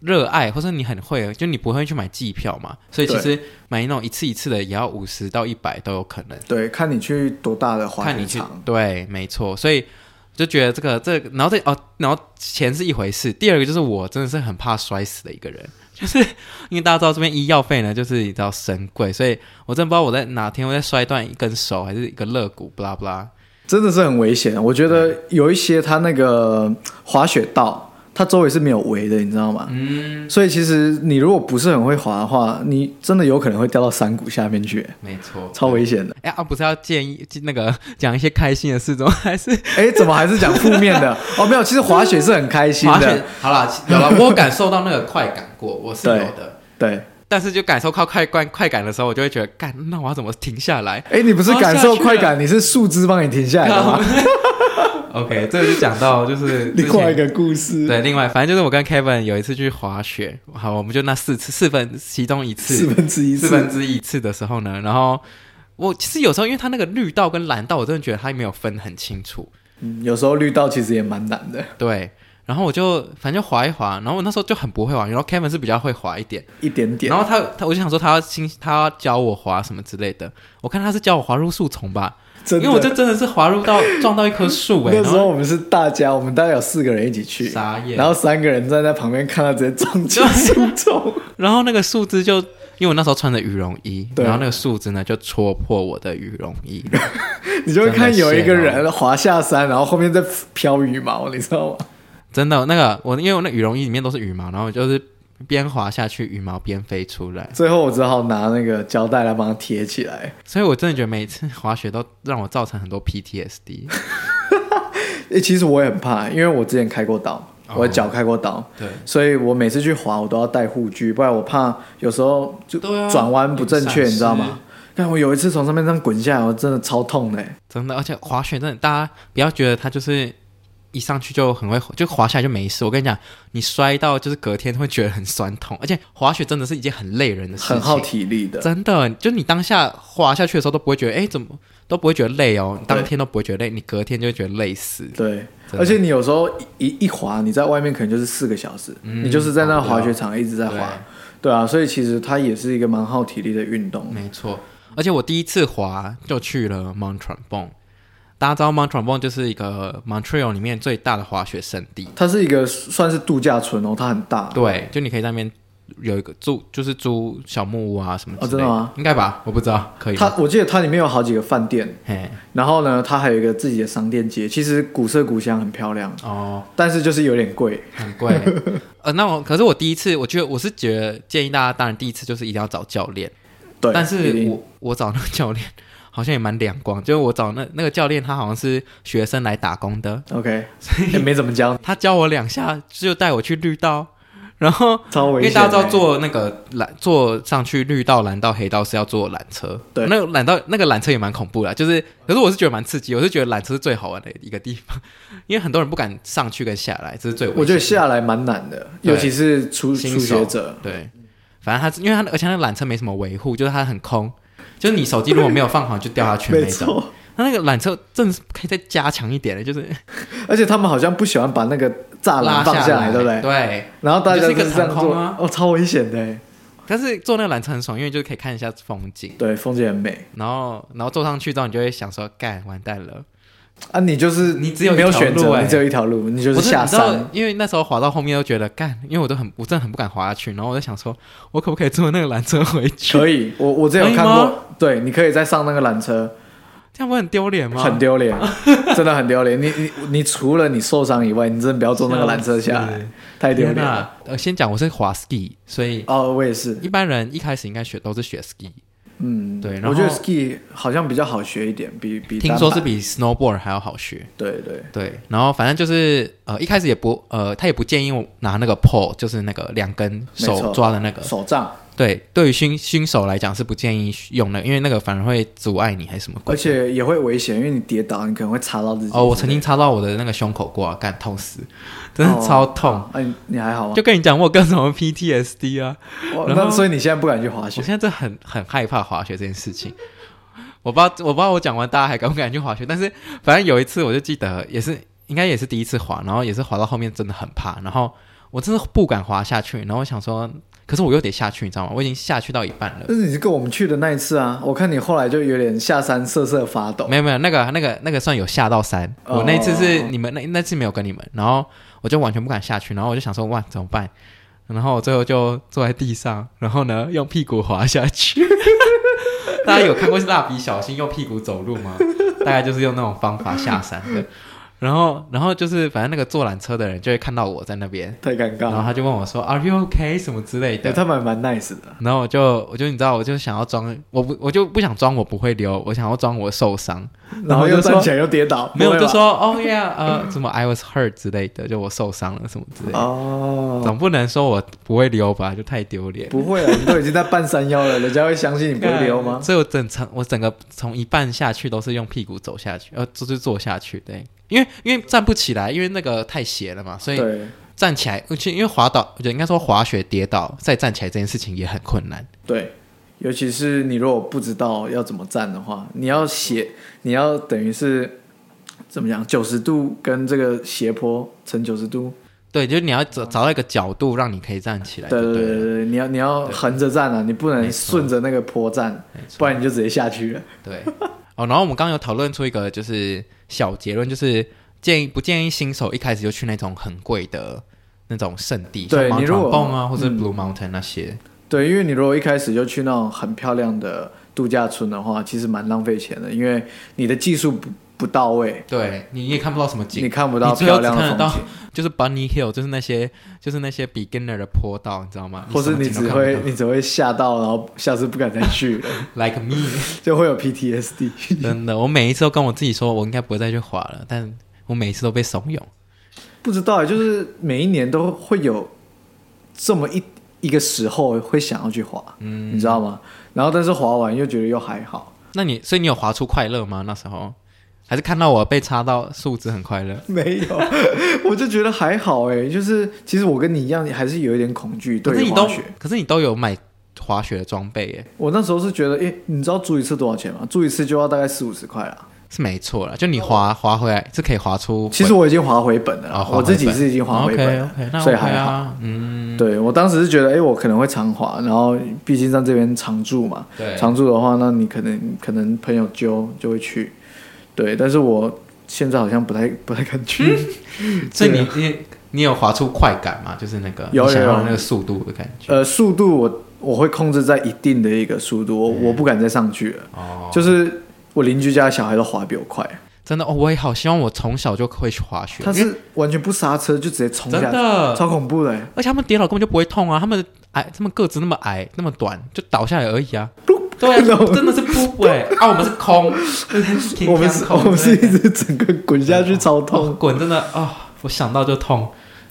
Speaker 2: 热爱，或者你很会，就你不会去买季票嘛，所以其实买那种一次一次的也要五十到一百都有可能，
Speaker 3: 对，看你去多大的滑
Speaker 2: 看
Speaker 3: 雪
Speaker 2: 你去
Speaker 3: 场。
Speaker 2: 对，没错，所以。就觉得这个这个然后这哦，然后钱是一回事。第二个就是我真的是很怕摔死的一个人， [LAUGHS] 就是因为大家知道这边医药费呢，就是你知道神贵，所以我真的不知道我在哪天会再摔断一根手还是一个肋骨，不拉不拉。
Speaker 3: 真的是很危险。我觉得有一些它那个滑雪道，它周围是没有围的，你知道吗？嗯。所以其实你如果不是很会滑的话，你真的有可能会掉到山谷下面去，
Speaker 2: 没错，
Speaker 3: 超危险的。
Speaker 2: 哎、啊，不是要建议那个讲一些开心的事，怎么还是
Speaker 3: 哎，怎么还是讲负面
Speaker 2: [LAUGHS]
Speaker 3: 的？哦，没有，其实滑雪是很开心
Speaker 2: 滑雪
Speaker 3: 的。？
Speaker 2: 好啦， [LAUGHS] 有了，我有感受到那个快感过，我是有的。
Speaker 3: 对，
Speaker 2: 但是就感受到快快快感的时候，我就会觉得，干，那我要怎么停下来
Speaker 3: 哎，你不是
Speaker 2: 滑
Speaker 3: 感
Speaker 2: 哦下
Speaker 3: 受
Speaker 2: 去
Speaker 3: 快
Speaker 2: 了
Speaker 3: 感，你是树枝帮你停下来的吗？
Speaker 2: [LAUGHS] ？OK，这个就讲到就是之
Speaker 3: [LAUGHS] 另外一
Speaker 2: 前
Speaker 3: 个故事，
Speaker 2: 对，另外反正就是我跟 Kevin 有一次去滑雪，好，我们就那四次四分其中一次
Speaker 3: 四分之一
Speaker 2: 四
Speaker 3: 次，
Speaker 2: 分之一次的时候呢，然后我其实有时候因为它那个绿道跟蓝道，我真的觉得它没有分很清楚，
Speaker 3: 嗯，有时候绿道其实也蛮难的，
Speaker 2: 对，然后我就反正就滑一滑，然后我那时候就很不会滑，然后 Kevin 是比较会滑一点，
Speaker 3: 一点点
Speaker 2: 然。后他他我就想说他要新他要教我滑什么之类的，我看他是教我滑入树丛吧，
Speaker 3: 真
Speaker 2: 因
Speaker 3: 的
Speaker 2: 为我这真的是滑入到撞到一棵树哎、
Speaker 3: [LAUGHS] 那
Speaker 2: 然
Speaker 3: 时候
Speaker 2: 后
Speaker 3: 我们是大家，我们大概有四个人一起去，
Speaker 2: 傻眼
Speaker 3: 然后三个人站在旁边看他直接撞进树丛，
Speaker 2: [LAUGHS] 然后那个树枝就因为我那时候穿着羽绒衣，
Speaker 3: 对
Speaker 2: 然后那个树枝呢就戳破我的羽绒衣，
Speaker 3: 你就会看有一个
Speaker 2: 真哦
Speaker 3: 人滑下山，然后后面在飘羽毛，你知道吗？
Speaker 2: 真的那个我因为我那羽绒衣里面都是羽毛，然后我就是边滑下去羽毛边飞出来，
Speaker 3: 最后我只好拿那个胶带来帮他贴起来。
Speaker 2: 所以我真的觉得每次滑雪都让我造成很多 PTSD。
Speaker 3: 诶、其实我也很怕，因为我之前开过刀，
Speaker 2: 哦
Speaker 3: 我的脚开过刀，
Speaker 2: 对。
Speaker 3: 所以我每次去滑我都要带护具，不然我怕有时候就
Speaker 2: 对啊
Speaker 3: 转弯不正确，
Speaker 2: 有闪失
Speaker 3: 你知道吗？但我有一次从上面这样滚下来，我真的超痛的、欸。
Speaker 2: 真的，而且滑雪真的，大家不要觉得它就是一上去就很会，就滑下来就没事。我跟你讲，你摔到就是隔天会觉得很酸痛，而且滑雪真的是一件很累人的事情，
Speaker 3: 很耗体力的。
Speaker 2: 真的，就你当下滑下去的时候都不会觉得，哎，怎么都不会觉得累哦，你当
Speaker 3: 对
Speaker 2: 天都不会觉得累，你隔天就会觉得累死。
Speaker 3: 对，
Speaker 2: 真的
Speaker 3: 而且你有时候一一一滑，你在外面可能就是四个小时，
Speaker 2: 嗯
Speaker 3: 你就是在那
Speaker 2: 跑不掉
Speaker 3: 滑雪场一直在滑，
Speaker 2: 对
Speaker 3: 对啊，所以其实它也是一个蛮耗体力的运动。
Speaker 2: 没错，而且我第一次滑就去了 Mont Tremblant，大家知道 Mont Tremblant 就是一个 Montreal 里面最大的滑雪圣地。
Speaker 3: 它是一个算是度假村哦，它很大，
Speaker 2: 对，就你可以在那边有一个住就是租小木屋啊什么之
Speaker 3: 哦
Speaker 2: 类
Speaker 3: 真的吗？
Speaker 2: 应该吧，我不知道，可以吗？
Speaker 3: 它我记得它里面有好几个饭店，
Speaker 2: 嘿，
Speaker 3: 然后呢，它还有一个自己的商店街。其实古色古香，很漂亮，
Speaker 2: 哦，
Speaker 3: 但是就是有点贵。
Speaker 2: 很贵。 [LAUGHS] 呃，那我可是我第一次，我觉得我是觉得建议大家，当然第一次就是一定要找教练，
Speaker 3: 对，
Speaker 2: 但
Speaker 3: 一
Speaker 2: 是
Speaker 3: 定
Speaker 2: 我我找那个教练 [LAUGHS] 好像也蛮两光，就是我找那那个教练，他好像是学生来打工的，
Speaker 3: OK，也 [LAUGHS] 没怎么教，
Speaker 2: 他教我两下就带我去绿道，然后
Speaker 3: 超
Speaker 2: 因
Speaker 3: 危险
Speaker 2: 为
Speaker 3: 欸。
Speaker 2: 大家知道坐那个缆坐上去绿道、蓝道、黑道是要坐缆车，
Speaker 3: 对
Speaker 2: 那个缆道那个缆车也蛮恐怖的啊，就是可是我是觉得蛮刺激，我是觉得缆车是最好玩的一个地方，因为很多人不敢上去跟下来，这是最危
Speaker 3: 我觉得
Speaker 2: 险
Speaker 3: 下来蛮难的，
Speaker 2: 对
Speaker 3: 尤其是初初
Speaker 2: 新手
Speaker 3: 学者。
Speaker 2: 的对，反正它因为它而且那个缆车没什么维护，就是它很空，就是你手机如果没有放好就掉下去
Speaker 3: [LAUGHS] 没
Speaker 2: 那种。
Speaker 3: 错，
Speaker 2: 它那个缆车真的是可以再加强一点的，就是
Speaker 3: 而且他们好像不喜欢把那个栅
Speaker 2: 拉
Speaker 3: 栏放
Speaker 2: 下
Speaker 3: 来，
Speaker 2: 对
Speaker 3: 对不对？
Speaker 2: 对，
Speaker 3: 然后大家
Speaker 2: 就是一个
Speaker 3: 是这样
Speaker 2: 长空
Speaker 3: 做
Speaker 2: 啊，
Speaker 3: 哦，超危险的欸。
Speaker 2: 但是坐那个缆车很爽，因为就可以看一下风景。
Speaker 3: 对，风景很美
Speaker 2: 然后，然后坐上去之后，你就会想说，干，完蛋了。
Speaker 3: 啊！你就是
Speaker 2: 你只有一
Speaker 3: 没有
Speaker 2: 条
Speaker 3: 选
Speaker 2: 路欸
Speaker 3: 择，你只有一条路，你就
Speaker 2: 我
Speaker 3: 是
Speaker 2: 真
Speaker 3: 下
Speaker 2: 的你知
Speaker 3: 山
Speaker 2: 道，。因为那时候滑到后面，又觉得干，因为我都很，我真的很不敢滑下去。然后我就想说，我可不可以坐那个缆车回去？
Speaker 3: 可以，我我之前有看
Speaker 2: 可以
Speaker 3: 过，对，你可以再上那个缆车，
Speaker 2: 这样不会很丢脸吗？
Speaker 3: 很丢脸， [LAUGHS] 真的很丢脸。你你你除了你受伤以外，你真的不要坐那个缆车下
Speaker 2: 笑
Speaker 3: 来
Speaker 2: 死，
Speaker 3: 太丢
Speaker 2: 天
Speaker 3: 脸了。
Speaker 2: 哪！呃，先讲我是滑 ski，所以
Speaker 3: 哦，我也是，
Speaker 2: 一般人一开始应该学都是学 ski，
Speaker 3: 嗯，
Speaker 2: 对然后
Speaker 3: 我觉得 ski 好像比较好学一点，比比
Speaker 2: 听说是
Speaker 3: 单板
Speaker 2: 比 snowboard 还要好学。
Speaker 3: 对对
Speaker 2: 对，然后反正就是呃，一开始也不呃，他也不建议我拿那个 pole，就是那个两根
Speaker 3: 没
Speaker 2: 手
Speaker 3: 错
Speaker 2: 抓的那个。
Speaker 3: 手杖，
Speaker 2: 对，对于新新手来讲是不建议用那个，因为那个反而会阻碍你还是什么鬼
Speaker 3: 而。且也会危险，因为你跌倒，你可能会擦到自己。
Speaker 2: 哦，我曾经插到我的那个胸口过、啊，干痛死，真的超痛。
Speaker 3: 哦，哎、你你还好吗？
Speaker 2: 就跟你讲，我有各种 PTSD 啊，
Speaker 3: 哇
Speaker 2: 然后
Speaker 3: 那所以你现在不敢去滑
Speaker 2: 我
Speaker 3: 雪
Speaker 2: 现？在真的很很害怕滑雪这件事情。我不知道，我不知道我讲完大家还敢不敢去滑雪，但是反正有一次我就记得，也是应该也是第一次滑，然后也是滑到后面真的很怕，然后我真的不敢滑下去，然后我想说，可是我又得下去，你知道吗？我已经下去到一半了。
Speaker 3: 但是你是跟我们去的那一次啊，我看你后来就有点下山瑟瑟发抖。
Speaker 2: 没有没有，那个那个那个算有下到山。
Speaker 3: 哦
Speaker 2: 我那一次是你们那那次没有跟你们，然后我就完全不敢下去，然后我就想说哇怎么办？然后我最后就坐在地上，然后呢用屁股滑下去。 [LAUGHS] 大家有看过《蜡笔小新》用屁股走路吗？大概就是用那种方法下山的。然后然后就是反正那个坐缆车的人就会看到我在那边，
Speaker 3: 太尴尬
Speaker 2: 然后
Speaker 3: 了。
Speaker 2: 他就问我说 Are you okay 什么之类
Speaker 3: 对，
Speaker 2: 的。
Speaker 3: 他们还蛮 nice 的。
Speaker 2: 然后我就我就你知道我就想要装我不我就不想装我不会溜，我想要装我受伤。然
Speaker 3: 然
Speaker 2: 后
Speaker 3: 后
Speaker 2: 就
Speaker 3: 又
Speaker 2: 说
Speaker 3: 站起来又跌倒，
Speaker 2: 没有
Speaker 3: 不会
Speaker 2: 就
Speaker 3: 吧
Speaker 2: 说哦 yeah 呃什么 I was hurt 之类的，就我受伤了什么之类的，
Speaker 3: 哦，
Speaker 2: 总不能说我不会溜吧，就太丢脸。
Speaker 3: [LAUGHS] 不会啊，你都已经在半山腰了，人家会相信你不会
Speaker 2: [LAUGHS]
Speaker 3: 溜吗？
Speaker 2: 所以我整层我整个从一半下去都是用屁股走下去，呃就是坐下去，对，因为因为站不起来，因为那个太斜了嘛，所以
Speaker 3: 对
Speaker 2: 站起来，而且因为滑倒，我觉得应该说滑雪跌倒再站起来这件事情也很困难。
Speaker 3: 对，尤其是你如果不知道要怎么站的话，你要斜，你要等于是怎么讲，九十度跟这个斜坡乘九十度，
Speaker 2: 对，就是你要找找到一个角度让你可以站起来，
Speaker 3: 对
Speaker 2: 对
Speaker 3: 对对
Speaker 2: 了
Speaker 3: 对对，你要你要横着站啊，你不
Speaker 2: 没
Speaker 3: 能
Speaker 2: 错
Speaker 3: 顺着那个坡站，不然你就直接下去了。
Speaker 2: 对， [LAUGHS] 哦，然后我们刚刚有讨论出一个就是小结论，就是建议不建议新手一开始就去那种很贵的那种圣地，
Speaker 3: 对
Speaker 2: 像
Speaker 3: 你如
Speaker 2: Mount
Speaker 3: 果
Speaker 2: Rampong 啊，或者
Speaker 3: 嗯
Speaker 2: Blue Mountain 那些，
Speaker 3: 对，因为你如果一开始就去那种很漂亮的度假村的话，其实蛮浪费钱的，因为你的技术不不到位，
Speaker 2: 对，你也看不到什么
Speaker 3: 你
Speaker 2: 景，
Speaker 3: 看不到
Speaker 2: 你最后
Speaker 3: 漂
Speaker 2: 只
Speaker 3: 亮
Speaker 2: 看得
Speaker 3: 的
Speaker 2: 到 [LAUGHS]
Speaker 3: 风景。
Speaker 2: 就是 Bunny Hill，就是那些就是那些 beginner 的坡道，你知道吗？
Speaker 3: 或是
Speaker 2: 什么
Speaker 3: 你
Speaker 2: 景都
Speaker 3: 只
Speaker 2: 看不
Speaker 3: 会
Speaker 2: 到
Speaker 3: 你只会吓到，然后下次不敢再去 [LAUGHS] 了，
Speaker 2: like
Speaker 3: [LAUGHS]
Speaker 2: me，
Speaker 3: 就会有 PTSD。
Speaker 2: 真的，我每一次都跟我自己说，我应该不会再去滑了，但我每一次都被怂恿。
Speaker 3: [LAUGHS] 不知道，欸就是每一年都会有这么一一个时候会想要去滑，
Speaker 2: 嗯
Speaker 3: 你知道吗？然后但是滑完又觉得又还好，
Speaker 2: 那你所以你有滑出快乐吗？那时候还是看到我被插到树枝很快乐？
Speaker 3: [LAUGHS] 没有，我就觉得还好哎、就是其实我跟你一样，还是有一点恐惧
Speaker 2: 可是
Speaker 3: 对于
Speaker 2: 你
Speaker 3: 滑
Speaker 2: 都
Speaker 3: 雪。，
Speaker 2: 可是你都有买滑雪的装备耶，
Speaker 3: 我那时候是觉得，哎、你知道住一次多少钱吗？住一次就要大概四五十块啦。
Speaker 2: 是没错啦。就你滑滑回来是可以滑出本，
Speaker 3: 其实我已经滑回本了啦，
Speaker 2: 啊，滑
Speaker 3: 我自
Speaker 2: 回
Speaker 3: 己
Speaker 2: 本哦
Speaker 3: 是已经滑回本了
Speaker 2: OK，OK，那
Speaker 3: 所以
Speaker 2: OK
Speaker 3: 还好。
Speaker 2: 啊，嗯，
Speaker 3: 对我当时是觉得，哎、我可能会常滑，然后毕竟在这边常住嘛，
Speaker 2: 对
Speaker 3: 常住的话，那你可能可能朋友揪就会去，
Speaker 2: 嗯
Speaker 3: 对，但是我现在好像不太不太敢去，
Speaker 2: 所以你你你有滑出快感吗？就是那个
Speaker 3: 有
Speaker 2: 你想要
Speaker 3: 有
Speaker 2: 的
Speaker 3: 有
Speaker 2: 那个速度的感觉。
Speaker 3: [LAUGHS] 呃，速度我我会控制在一定的一个速度，我我不敢再上去了。
Speaker 2: 嗯哦，
Speaker 3: 就是我邻居家的小孩都滑比我快，
Speaker 2: 真的哦，我也好希望我从小就会去滑雪，
Speaker 3: 他
Speaker 2: 因为
Speaker 3: 是完全不刹车就直接冲
Speaker 2: 真
Speaker 3: 下去，
Speaker 2: 的，
Speaker 3: 超恐怖的欸。
Speaker 2: 而且他们跌倒根本就不会痛啊，他们矮，他们个子那么矮那么短，就倒下来而已啊。对
Speaker 3: [LAUGHS]
Speaker 2: 啊，真的是不哎、啊，我们是空，就是
Speaker 3: 我们是，我们是一直整个滚下去，超
Speaker 2: 哦
Speaker 3: 痛。
Speaker 2: 滚，真的啊、哦我想到就痛。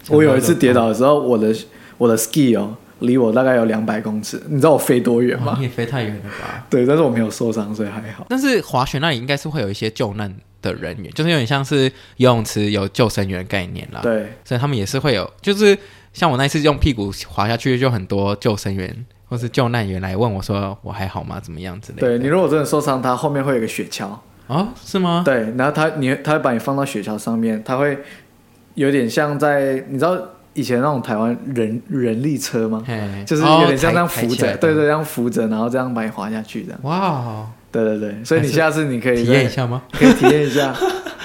Speaker 3: 我有一次跌
Speaker 2: 倒，
Speaker 3: 倒的时候，我的我的 ski 哦，离我大概有两百公尺，你知道我飞多远
Speaker 2: 哇
Speaker 3: 吗？
Speaker 2: 哦你也飞太远了吧？
Speaker 3: 对，但是我没有受伤，所以还好。
Speaker 2: 但是滑雪那里应该是会有一些救难的人员，就是有点像是游泳池有救生员的概念啦。，
Speaker 3: 对，
Speaker 2: 所以他们也是会有，就是像我那一次用屁股滑下去，就很多救生员或是救难员来问我说我还好吗？怎么样之类的。
Speaker 3: 对你如果真的受伤，它后面会有一个雪橇，
Speaker 2: 哦，是吗？
Speaker 3: 对，然后它你它会把你放到雪橇上面，它会有点像在你知道以前那种台湾人人力车吗？
Speaker 2: 嘿
Speaker 3: 就是
Speaker 2: 哦
Speaker 3: 有点像
Speaker 2: 抬
Speaker 3: 这样
Speaker 2: 抬
Speaker 3: 扶
Speaker 2: 起来
Speaker 3: 着，
Speaker 2: 的
Speaker 3: 对对，这样扶着，然后这样把你滑下去这样。
Speaker 2: 哇哦，
Speaker 3: 对对对，所以你
Speaker 2: 还是
Speaker 3: 下次你可以
Speaker 2: 体验一
Speaker 3: 再，
Speaker 2: 下吗？ [LAUGHS]
Speaker 3: 可以体验一下 [LAUGHS]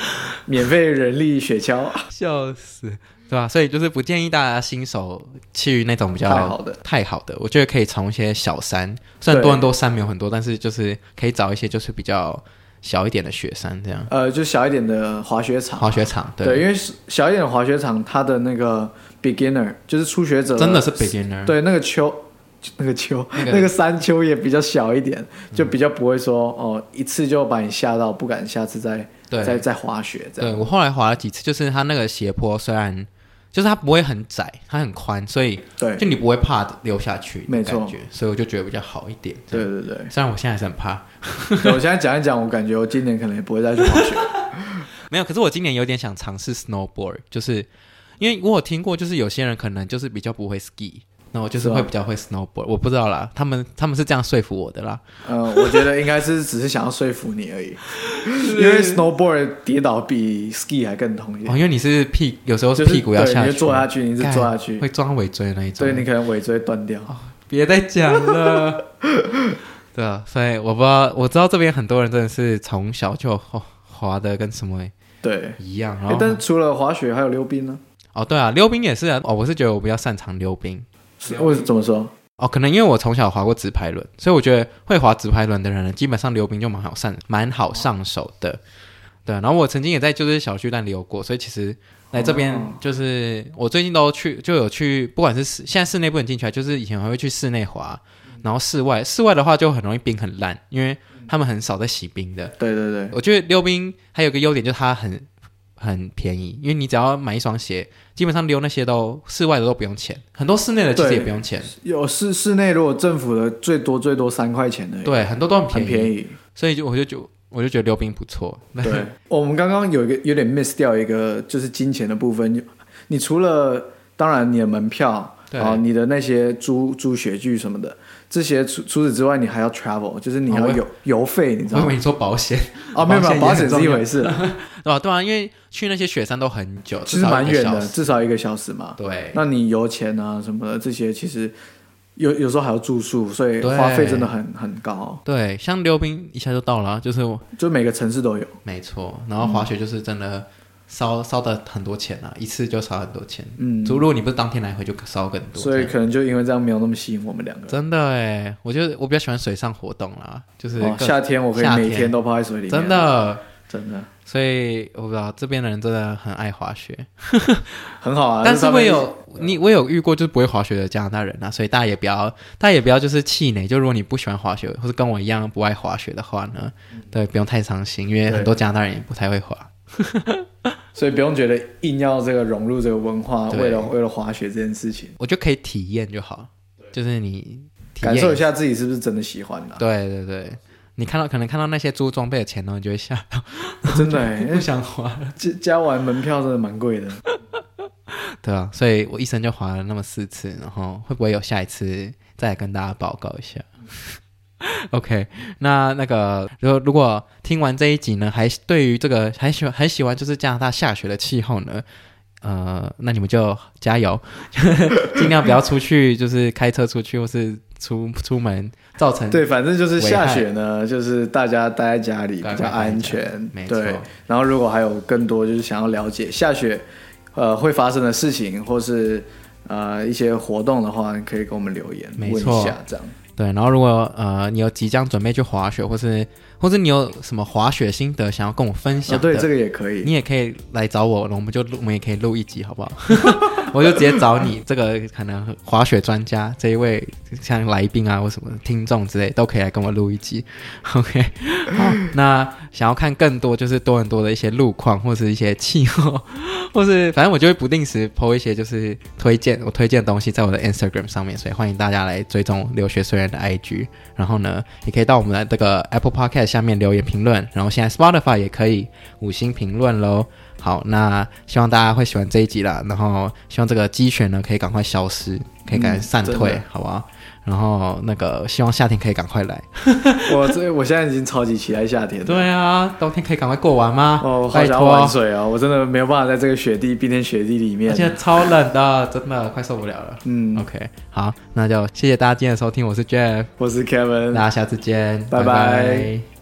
Speaker 3: 免费人力雪橇，
Speaker 2: 笑死，对吧、所以就是不建议大家新手去那种比较
Speaker 3: 太好的。
Speaker 2: 太好的，我觉得可以从一些小山，虽然
Speaker 3: 对
Speaker 2: 多伦多山没有很多，但是就是可以找一些就是比较小一点的雪山这样。
Speaker 3: 呃，就小一点的滑雪场，
Speaker 2: 滑雪场
Speaker 3: 啊对，因为小一点的滑雪场，它的那个 beginner 就是初学者，
Speaker 2: 真的是 beginner，
Speaker 3: 对那个丘，那个丘，
Speaker 2: 那
Speaker 3: 那
Speaker 2: 个
Speaker 3: 个、山丘也比较小一点，就比较不会说哦一次就把你吓到，不敢下次再
Speaker 2: 对
Speaker 3: 再再滑雪这样。
Speaker 2: 对我后来滑了几次，就是它那个斜坡虽然就是它不会很窄，它很宽，所以
Speaker 3: 对
Speaker 2: 就你不会怕流下去的
Speaker 3: 没错
Speaker 2: 感觉，所以我就觉得比较好一点。
Speaker 3: 对对对，
Speaker 2: 虽然我现在还是很怕，
Speaker 3: 对我现在讲一讲，我感觉我今年可能也不会再去滑雪。
Speaker 2: 没有，可是我今年有点想尝试 snowboard，就是因为我有听过，就是有些人可能就是比较不会 ski，那我就是
Speaker 3: 是吗啊
Speaker 2: 会比较会 snowboard，我不知道啦，他们他们是这样说服我的啦。
Speaker 3: 嗯，我觉得应该是只是想要说服你而已， [LAUGHS] 因为 snowboard 跌倒比 ski 还更痛一
Speaker 2: 哦，
Speaker 3: 点，
Speaker 2: 因为你是屁，有时候
Speaker 3: 就是
Speaker 2: 哦屁股要
Speaker 3: 对
Speaker 2: 下去，
Speaker 3: 你就坐下去，你是
Speaker 2: 干
Speaker 3: 坐下去，
Speaker 2: 会撞到尾椎的那一种
Speaker 3: 所以。你可能尾椎断掉。
Speaker 2: 哦别再讲了。 [LAUGHS] 对啊，所以我不知道，我知道这边很多人真的是从小就、哦、滑的跟什么
Speaker 3: 对，
Speaker 2: 一样，然
Speaker 3: 诶
Speaker 2: 后、
Speaker 3: 但是除了滑雪，还有溜冰呢。
Speaker 2: 哦对啊，溜冰也是啊，哦我是觉得我比较擅长溜冰，
Speaker 3: 为怎么说？
Speaker 2: 哦，可能因为我从小滑过直排轮，所以我觉得会滑直排轮的人呢，基本上溜冰就蛮好上蛮好上手的。对，然后我曾经也在就是小巨蛋溜过，所以其实来这边
Speaker 3: 哦
Speaker 2: 就是我最近都去就有去，不管是室现在室内不能进去啊，就是以前还会去室内滑，然后室外室外的话就很容易冰很烂，因为他们很少在洗冰的。
Speaker 3: 对对对，
Speaker 2: 我觉得溜冰还有一个优点就是它很很便宜，因为你只要买一双鞋，基本上溜那些都室外的都不用钱，很多室内的其实
Speaker 3: 对
Speaker 2: 也不用钱。
Speaker 3: 有室室内，如果政府的最多最多三块钱的，，
Speaker 2: 对，很多都很便
Speaker 3: 很
Speaker 2: 宜，
Speaker 3: 便宜。
Speaker 2: 所以就我就觉我就觉得溜冰不错。 [LAUGHS]
Speaker 3: 对，我们刚刚有一个有点 miss 掉一个，就是金钱的部分。你除了当然你的门票，
Speaker 2: 对
Speaker 3: 啊，你的那些租租雪具什么的，这些除除此之外，你还要 travel，就是你
Speaker 2: 哦
Speaker 3: 要
Speaker 2: 我
Speaker 3: 油油费，你知
Speaker 2: 我以
Speaker 3: 道吗
Speaker 2: 为？你说保险，
Speaker 3: 啊，没有没有，
Speaker 2: [LAUGHS] 保
Speaker 3: 保
Speaker 2: 险也很
Speaker 3: 险
Speaker 2: 重
Speaker 3: 是
Speaker 2: 要
Speaker 3: 一回事，
Speaker 2: 对吧、对啊，因为去那些雪山都很久，至
Speaker 3: 其实
Speaker 2: 少
Speaker 3: 蛮
Speaker 2: 一个
Speaker 3: 远
Speaker 2: 小
Speaker 3: 的，
Speaker 2: 时。
Speaker 3: 至少一个小时嘛。
Speaker 2: 对，
Speaker 3: 那你油钱啊什么的这些，其实有有时候还要住宿，所以
Speaker 2: 对
Speaker 3: 花费真的很很高，
Speaker 2: 对，像溜冰一下就到了啊，就是我
Speaker 3: 就每个城市都有。
Speaker 2: 没错。然后滑雪就是真的烧、烧的很多钱啊，一次就烧很多钱。
Speaker 3: 嗯，
Speaker 2: 如如果你不是当天来回，就烧更多。
Speaker 3: 所以
Speaker 2: 这样
Speaker 3: 可能就因为这样没有那么吸引我们两个。
Speaker 2: 真的哎，我觉得我比较喜欢水上活动啦，就是
Speaker 3: 哦，
Speaker 2: 各、
Speaker 3: 夏天我可以
Speaker 2: 夏
Speaker 3: 每
Speaker 2: 天
Speaker 3: 天都泡在水里面，啊
Speaker 2: 真的。
Speaker 3: 真的
Speaker 2: 所以我不知道这边的人真的很爱滑雪。
Speaker 3: 很好啊。
Speaker 2: 但是
Speaker 3: 他
Speaker 2: 我
Speaker 3: 们嗯
Speaker 2: 有你，我有遇过就是不会滑雪的加拿大人啊，所以大家也不要，大家也不要就是气馁。就如果你不喜欢滑雪，或者跟我一样不爱滑雪的话呢，对，不用太伤心，因为
Speaker 3: 嗯对
Speaker 2: 很多加拿大人也不太会滑。
Speaker 3: 所以不用觉得硬要这个融入这个文化，
Speaker 2: 对
Speaker 3: 为了为了滑雪这件事情，
Speaker 2: 我觉得可以体验就好，就是你体验
Speaker 3: 感受一。下自己是不是真的喜欢
Speaker 2: [LAUGHS]
Speaker 3: 啊。
Speaker 2: 对对对，你看到可能看到那些租装备的钱呢，哦你就会吓 [LAUGHS] 到，
Speaker 3: [LAUGHS] 真的欸，
Speaker 2: 不想滑了，
Speaker 3: 加加完门票真的蛮贵的。
Speaker 2: 对啊，所以我一生就滑了那么四次，然后会不会有下一次再来跟大家报告一下 [LAUGHS] ？OK，那那个，如果如果听完这一集呢，还对于这个还喜欢很喜欢就是加拿大下雪的气候呢，呃，那你们就加油， [LAUGHS] 尽量不要出去，就是开车出去或是出出门造成
Speaker 3: 对，反正就是
Speaker 2: 危害
Speaker 3: 下雪呢，就是大家待在家里比
Speaker 2: 大家
Speaker 3: 较
Speaker 2: 待在
Speaker 3: 安
Speaker 2: 家
Speaker 3: 全
Speaker 2: 没。错
Speaker 3: 对，然后如果还有更多就是想要了解下雪呃会发生的事情，或是呃一些活动的话，可以给我们留言
Speaker 2: 没
Speaker 3: 问
Speaker 2: 错
Speaker 3: 一下这样。哦
Speaker 2: 对，然后如果呃你有即将准备去滑雪，或是或是你有什么滑雪心得想要跟我分享
Speaker 3: 啊，
Speaker 2: 的，
Speaker 3: 对，这个也可以
Speaker 2: 你。也可以来找我，我们就录，我们也可以录一集，好不好？ [LAUGHS] 我就直接找你这个可能滑雪专家这一位，像来宾啊或什么听众之类，都可以来跟我录一集。OK，好，那想要看更多就是多伦多的一些路况，或是一些气候， [LAUGHS] 或是反正我就会不定时 PO 一些就是推荐我推荐的东西在我的 Instagram 上面，所以欢迎大家来追踪留学虽然的 IG。然后呢，也可以到我们的这个 Apple Podcast 下面留言评论，然后现在 Spotify 也可以五星评论喽。好，那希望大家会喜欢这一集啦，然后希望这个鸡犬呢可以赶快消失，可以赶快散退，
Speaker 3: 嗯真的
Speaker 2: 好不好？然后那个希望夏天可以赶快来。
Speaker 3: 我这我现在已经超级期待夏天了。
Speaker 2: 对啊，冬天可以赶快过完吗？
Speaker 3: 哦，我好
Speaker 2: 拜
Speaker 3: 想要玩
Speaker 2: 托，啊
Speaker 3: 水哦！我真的没有办法在这个雪地冰天雪地里
Speaker 2: 而
Speaker 3: 面。
Speaker 2: 且超冷的，真的快受不了了。
Speaker 3: 嗯，
Speaker 2: OK，好，那就谢谢大家今天的收听，我是 Jeff，
Speaker 3: 我是 Kevin，
Speaker 2: 大家下次见，
Speaker 3: 嗯拜拜
Speaker 2: 拜